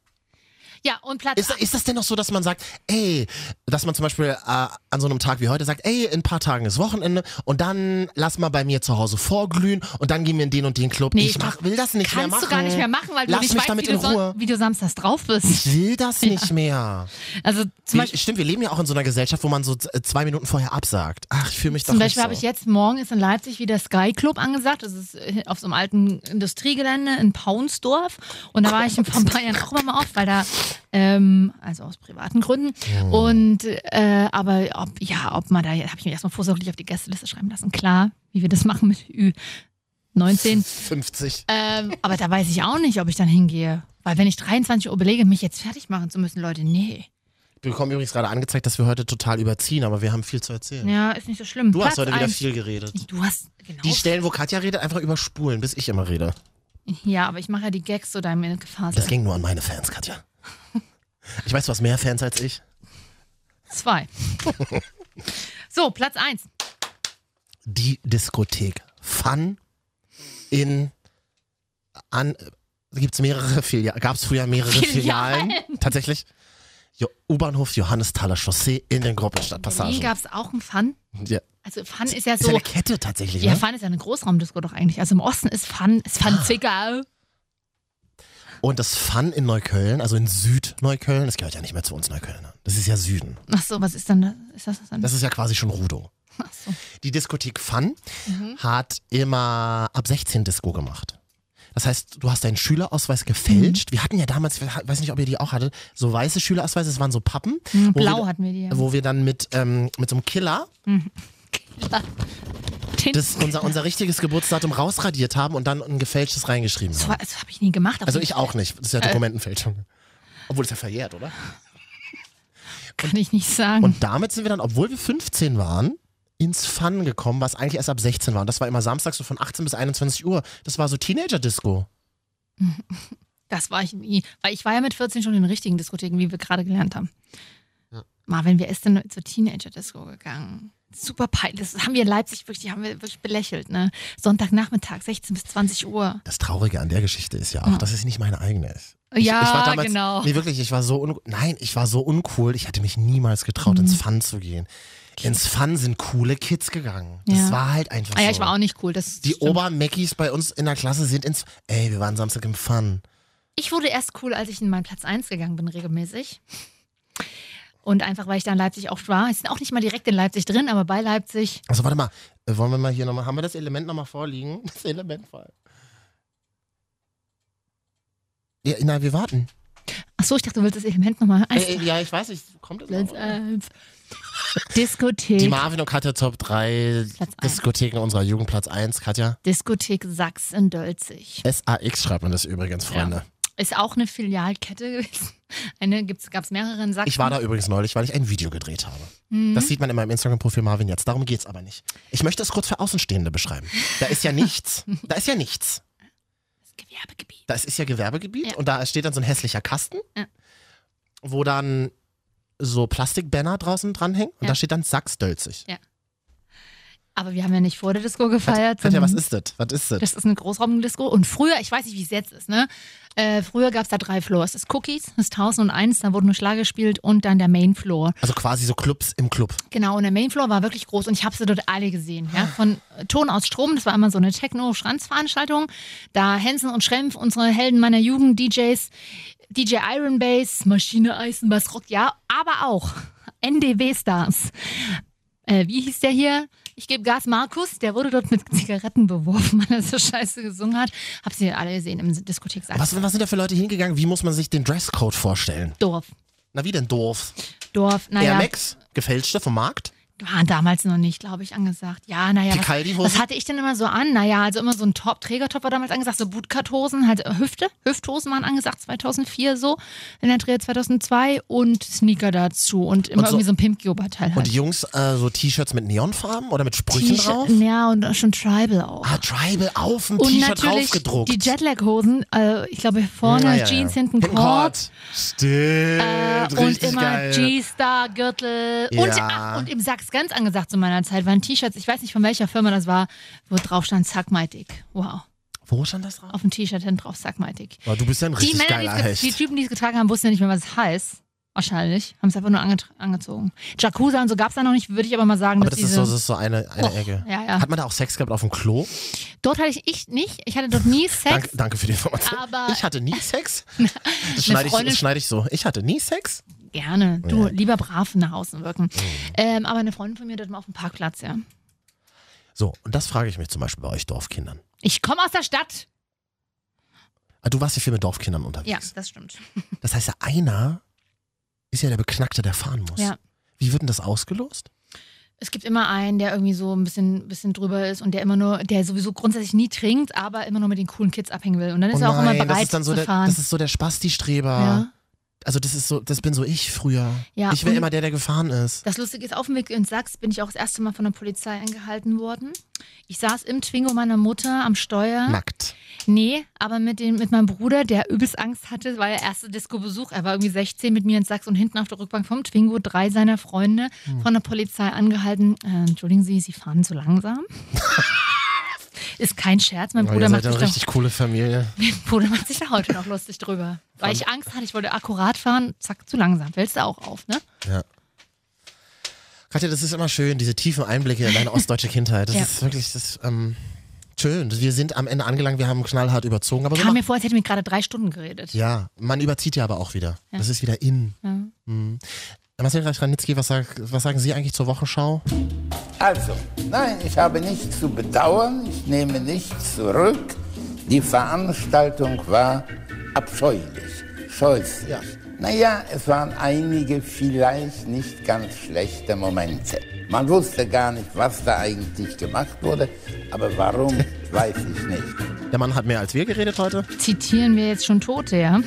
Ja, und Platz Ist, ist das denn noch so, dass man sagt, ey, dass man zum Beispiel äh, an so einem Tag wie heute sagt, ey, in ein paar Tagen ist Wochenende und dann lass mal bei mir zu Hause vorglühen und dann gehen wir in den und den Club. Nee, ich ich mach, will das nicht mehr kannst machen. du gar nicht mehr machen, weil du Lass nicht mich weißt, damit wie, in du son- Ruhe. wie du samstags drauf bist. Ich will das nicht mehr. Also zum Wir, Beispiel, stimmt, wir leben ja auch in so einer Gesellschaft, wo man so z- äh, zwei Minuten vorher absagt. Ach, ich fühle mich doch zum Beispiel habe nicht ich so. jetzt, morgen ist in Leipzig wieder Sky Club angesagt. Das ist äh, auf so einem alten Industriegelände in Paunsdorf. Und da war Oh ich vor ein paar Jahren auch immer mal auf, weil da, ähm, also aus privaten Gründen. Und, äh, aber ob, ja, ob man da, habe ich mir erstmal vorsorglich auf die Gästeliste schreiben lassen. Klar, wie wir das machen mit [laughs] Ü19. 50. Ähm, aber da weiß ich auch nicht, ob ich dann hingehe. Weil wenn ich 23 Uhr belege, mich jetzt fertig machen zu müssen, Leute, nee. Wir bekommen übrigens gerade angezeigt, dass wir heute total überziehen, aber wir haben viel zu erzählen. Ja, ist nicht so schlimm. Du Platz hast heute wieder eins. viel geredet. Du hast, genau. Die Stellen, wo Katja redet, einfach überspulen, bis ich immer rede. ja, aber ich mache ja die Gags so deinem Das Gefasel. ging nur an meine Fans, [laughs] Katja. Ich weiß, du hast mehr Fans als ich. [laughs] Zwei. so, Platz eins. Die Diskothek Fun in an gibt's mehrere Filialen. Gab's früher mehrere Filialen? Filialen. Tatsächlich. Jo- U-Bahnhof Johannesthaler Chaussee in den Berlin Groppelstadtpassagen. gab es auch einen Fun. Ja. Also Fun ist ja Ist so. ja eine Kette tatsächlich, Ja, ne? Ah. Fun ist ja eine Großraumdisco doch eigentlich. Also im Osten ist Fun, ist Fun Zicker. Und das Fun in Neukölln, also in Südneukölln, das gehört ja nicht mehr zu uns Neukölln. ne? Das ist ja Süden. Ach so, was ist denn das? Ist das was Das anderes? ist ja quasi schon Rudo. Ach so. Die Diskothek Fun Mhm. hat immer ab 16 Disco gemacht. Das heißt, du hast deinen Schülerausweis Mhm. gefälscht. Wir hatten ja damals, ich weiß nicht, ob ihr die auch hattet, so weiße Schülerausweise, das waren so Pappen, Hm, Wo Blau wir- hatten wir die. Ja. wo wir dann mit, ähm, mit so einem Killer Den- das unser, unser richtiges Geburtsdatum rausradiert haben und dann ein gefälschtes reingeschrieben Das, haben. war- das habe ich nie gemacht. aber Also ich auch nicht. Das ist ja Dokumentenfälschung. Obwohl das ist ja verjährt, oder? Kann ich nicht sagen. Und damit sind wir dann, obwohl wir 15 waren, ins Fun gekommen, was eigentlich erst ab 16 war. Und das war immer samstags so von 18 bis 21 Uhr. Das war so Teenager-Disco. das war ich nie. Weil ich war ja mit 14 schon in den richtigen Diskotheken, wie wir gerade gelernt haben. Marvin, wer ist denn zur Teenager-Disco gegangen? Super peinlich. Das haben wir in Leipzig wirklich, die haben wir wirklich belächelt. Ne? Sonntagnachmittag, 16 bis 20 Uhr. Das Traurige an der Geschichte ist ja auch, Ja. dass es nicht meine eigene ist. Ja, war damals, genau. Nee, wirklich, ich war so un Nein, ich war so uncool. Ich hätte mich niemals getraut, Mhm. ins Fun zu gehen. Ins Fun sind coole Kids gegangen. Das Ja. war halt einfach Ah ja, so. ich war auch nicht cool. Das Die stimmt. Obermeckis bei uns in der Klasse sind ins. Ey, wir waren Samstag im Fun. Ich wurde erst cool, als ich in meinen Platz 1 gegangen bin, regelmäßig. Und einfach, weil ich da in Leipzig auch war. Ich bin auch nicht mal direkt in Leipzig drin, aber bei Leipzig. Also warte mal, äh, wollen wir mal hier nochmal, haben wir das Element nochmal vorliegen? [laughs] Das Element vor. Ja, nein, wir warten. Achso, ich dachte, du willst das Element nochmal. Äh, äh, ja, ich weiß nicht, kommt das Also Platz noch? 1. Die Diskothek. Marvin und Katja Top 3 Platz eins. Diskotheken unserer Jugend, Platz 1, Katja. Diskothek Sachsen-Dölzig. SAX schreibt man das übrigens, Freunde. Ist auch eine Filialkette gewesen. Eine gab es mehrere in Sachsen. Ich war da übrigens neulich, weil ich ein Video gedreht habe. Mhm. Das sieht man in meinem Instagram-Profil Marvin jetzt. Darum geht's aber nicht. Ich möchte es kurz für Außenstehende beschreiben. Da ist ja [laughs] nichts. Da ist ja nichts. Das Gewerbegebiet. Das ist ja Gewerbegebiet Ja. und da steht dann so ein hässlicher Kasten, Ja. wo dann so Plastikbanner draußen dranhängen und Ja. da steht dann Sachsdölzig. Aber wir haben ja nicht vor der Disco gefeiert. Katja, was sondern- ist das? Was ist das? Das ist eine Großraumdisco. Und früher, ich weiß nicht, wie es jetzt ist, ne? Äh, früher gab es da drei Floors. Das Cookies, das 1001, da wurde nur Schlag gespielt und dann der Main Floor. Also quasi so Clubs im Club. Genau, und der Main Floor war wirklich groß und ich habe sie dort alle gesehen. Ah. Ja? Von äh, Ton aus Strom, das war immer so eine Techno-Schranzveranstaltung. Da Hensen und Schrempf, unsere Helden meiner Jugend, DJs, DJ Iron Bass, Maschine Eisenbass Rock, ja, aber auch NDW-Stars. Äh, wie hieß der hier? Ich gebe Gas Markus, der wurde dort mit Zigaretten beworfen, [laughs] weil er so scheiße gesungen hat. Hab sie alle gesehen im Diskothek Sachsen. Was, was sind da für Leute hingegangen? Wie muss man sich den Dresscode vorstellen? Dorf. Na wie denn Dorf? Dorf, Air naja, Max, gefälschte vom Markt? waren Ah, damals noch nicht, glaube ich, angesagt. Ja, naja. was- Picaldi-Hosen? Was hatte ich denn immer so an? Naja, also immer so ein Top, Trägertop war damals angesagt, so Bootcut-Hosen, halt äh, Hüfte, Hüfthosen waren angesagt, 2004 so, in der Dreh 2002 und Sneaker dazu und immer Und so- irgendwie so ein Pimp-Oberteil Und halt. die Jungs äh, so T-Shirts mit Neonfarben oder mit Sprüchen drauf? T-Shirt, ja, und schon Tribal auch. Ah, Tribal auf dem und T-Shirt natürlich draufgedruckt. die Jetlag-Hosen, äh, ich glaube vorne Ja, ja, ja. Jeans, hinten Korb. Stimmt. Äh, und richtig immer geil. G-Star-Gürtel. Ja. Und, ach, und im Sachs ganz angesagt zu meiner Zeit waren T-Shirts, ich weiß nicht von welcher Firma das war, wo drauf stand Suck My Dick. Wow. Wo stand das drauf? Auf dem T-Shirt hinten drauf Suck My Dick. Oh, du bist ja ein Die, richtig Männer, die, geiler es ge- Hecht. die Typen, die es getragen haben, wussten ja nicht mehr, was es heißt. Wahrscheinlich. Haben es einfach nur ange- angezogen. Jacuzza und so gab es da noch nicht, würde ich aber mal sagen, Aber dass das ist, diese. so, das ist so eine, eine Och, Ecke. ja, Oh, ja. Hat man da auch Sex gehabt auf dem Klo? dort hatte ich, ich nicht. Ich hatte [laughs] dort nie Sex. Danke, danke für die Information. Aber- ich hatte nie [laughs] Sex. Das schneide ich, Ah. Freundin- das schneide ich so. Ich hatte nie Sex. Gerne. Oh Du, lieber brav nach außen wirken. Ähm, aber eine Freundin von mir dort mal auf dem Parkplatz, ja. So, und das frage ich mich zum Beispiel bei euch Dorfkindern. Ich komme aus der Stadt. Ah, Du warst ja viel mit Dorfkindern Ja, unterwegs. das stimmt. Das heißt ja, einer ist ja der Beknackte, der fahren muss. Ja. Wie wird denn das ausgelost? Es gibt immer einen, der irgendwie so ein bisschen, bisschen drüber ist und der immer nur, der sowieso grundsätzlich nie trinkt, aber immer nur mit den coolen Kids abhängen will. Und dann ist oh er auch nein, immer bereit das ist dann so zu der, fahren. Das ist so der Spasti-Streber. ja. Also das ist so, das bin so ich früher. Ja, ich wäre und- immer der, der gefahren ist. Das Lustige ist, auf dem Weg in Sachs bin ich auch das erste Mal von der Polizei angehalten worden. Ich saß im Twingo meiner Mutter am Steuer. Nackt. Nee, aber mit, dem, mit meinem Bruder, der übelst Angst hatte, war der erste Disco-Besuch. Er war irgendwie 16 mit mir in Sachs und hinten auf der Rückbank vom Twingo drei seiner Freunde Hm. [laughs] von der Polizei angehalten. Äh, entschuldigen Sie, Sie fahren zu langsam. Ist kein Scherz. Mein Oh, Bruder ihr macht seid sich eine da, richtig coole Familie. mein [laughs] Bruder macht sich da heute noch lustig drüber. Weil ich Angst hatte, ich wollte akkurat fahren, zack, zu langsam. Fällst du auch auf, ne? Ja. Katja, das ist immer schön, diese tiefen Einblicke in [laughs] deine ostdeutsche Kindheit. Das Ja. ist wirklich das, ist, ähm, schön. Wir sind am Ende angelangt, wir haben knallhart überzogen. Aber wir Kam machen, mir vor, als hätten wir gerade drei Stunden geredet. ja, man überzieht ja aber auch wieder. Ja. Das ist wieder in. Ja. Mhm. Marcel Reich-Ranitzky, was, sag, was sagen Sie eigentlich zur Wochenschau? Also, nein, ich habe nichts zu bedauern, ich nehme nichts zurück. Die Veranstaltung war abscheulich, scheußlich. Ja. Naja, es waren einige vielleicht nicht ganz schlechte Momente. Man wusste gar nicht, was da eigentlich gemacht wurde, aber warum, weiß ich nicht. Der Mann hat mehr als wir geredet heute. Zitieren wir jetzt schon Tote, ja?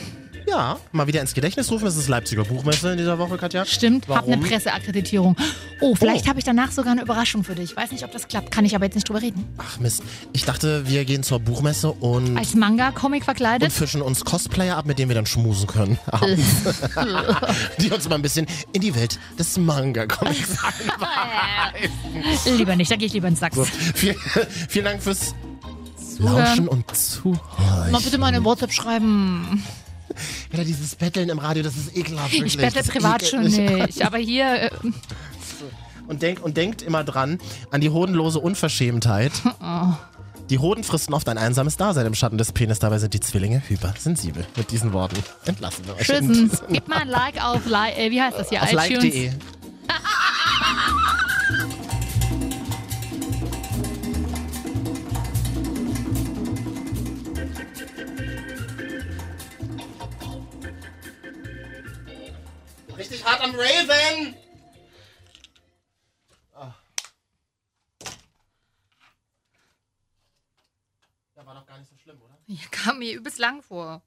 Ja, mal wieder ins Gedächtnis rufen. Das ist Leipziger Buchmesse in dieser Woche, Katja. Stimmt, hab Warum? eine Presseakkreditierung. Oh, vielleicht Oh. habe ich danach sogar eine Überraschung für dich. Weiß nicht, ob das klappt, kann ich aber jetzt nicht drüber reden. Ach Mist. Ich dachte, wir gehen zur Buchmesse und, Als Manga-Comic und verkleidet? fischen uns Cosplayer ab, mit denen wir dann schmusen [laughs] können. abends. [laughs] die uns mal ein bisschen in die Welt des Manga-Comics lieber nicht, da gehe ich lieber ins Sachs. So, viel, vielen Dank fürs Lauschen und Zuhören. Mal bitte mal eine WhatsApp schreiben. Wieder dieses Betteln im Radio, das ist ekelhaft. Ich wirklich. bettle Das privat ekelt schon mich an. nicht. Aber hier, äh, [laughs] Und, denk, und denkt immer dran an die hodenlose [laughs] Unverschämtheit. Oh. Die Hoden fristen oft ein einsames Dasein im Schatten des Penis. Dabei sind die Zwillinge hypersensibel. Mit diesen Worten entlassen wir euch. Tschüssen. Gib mal ein Like auf, Li äh, wie heißt das hier? Auf E. iTunes. like.de. Richtig hart am Raven! Ah. Ja, war doch gar nicht so schlimm, oder? Hier kam mir übelst lang vor.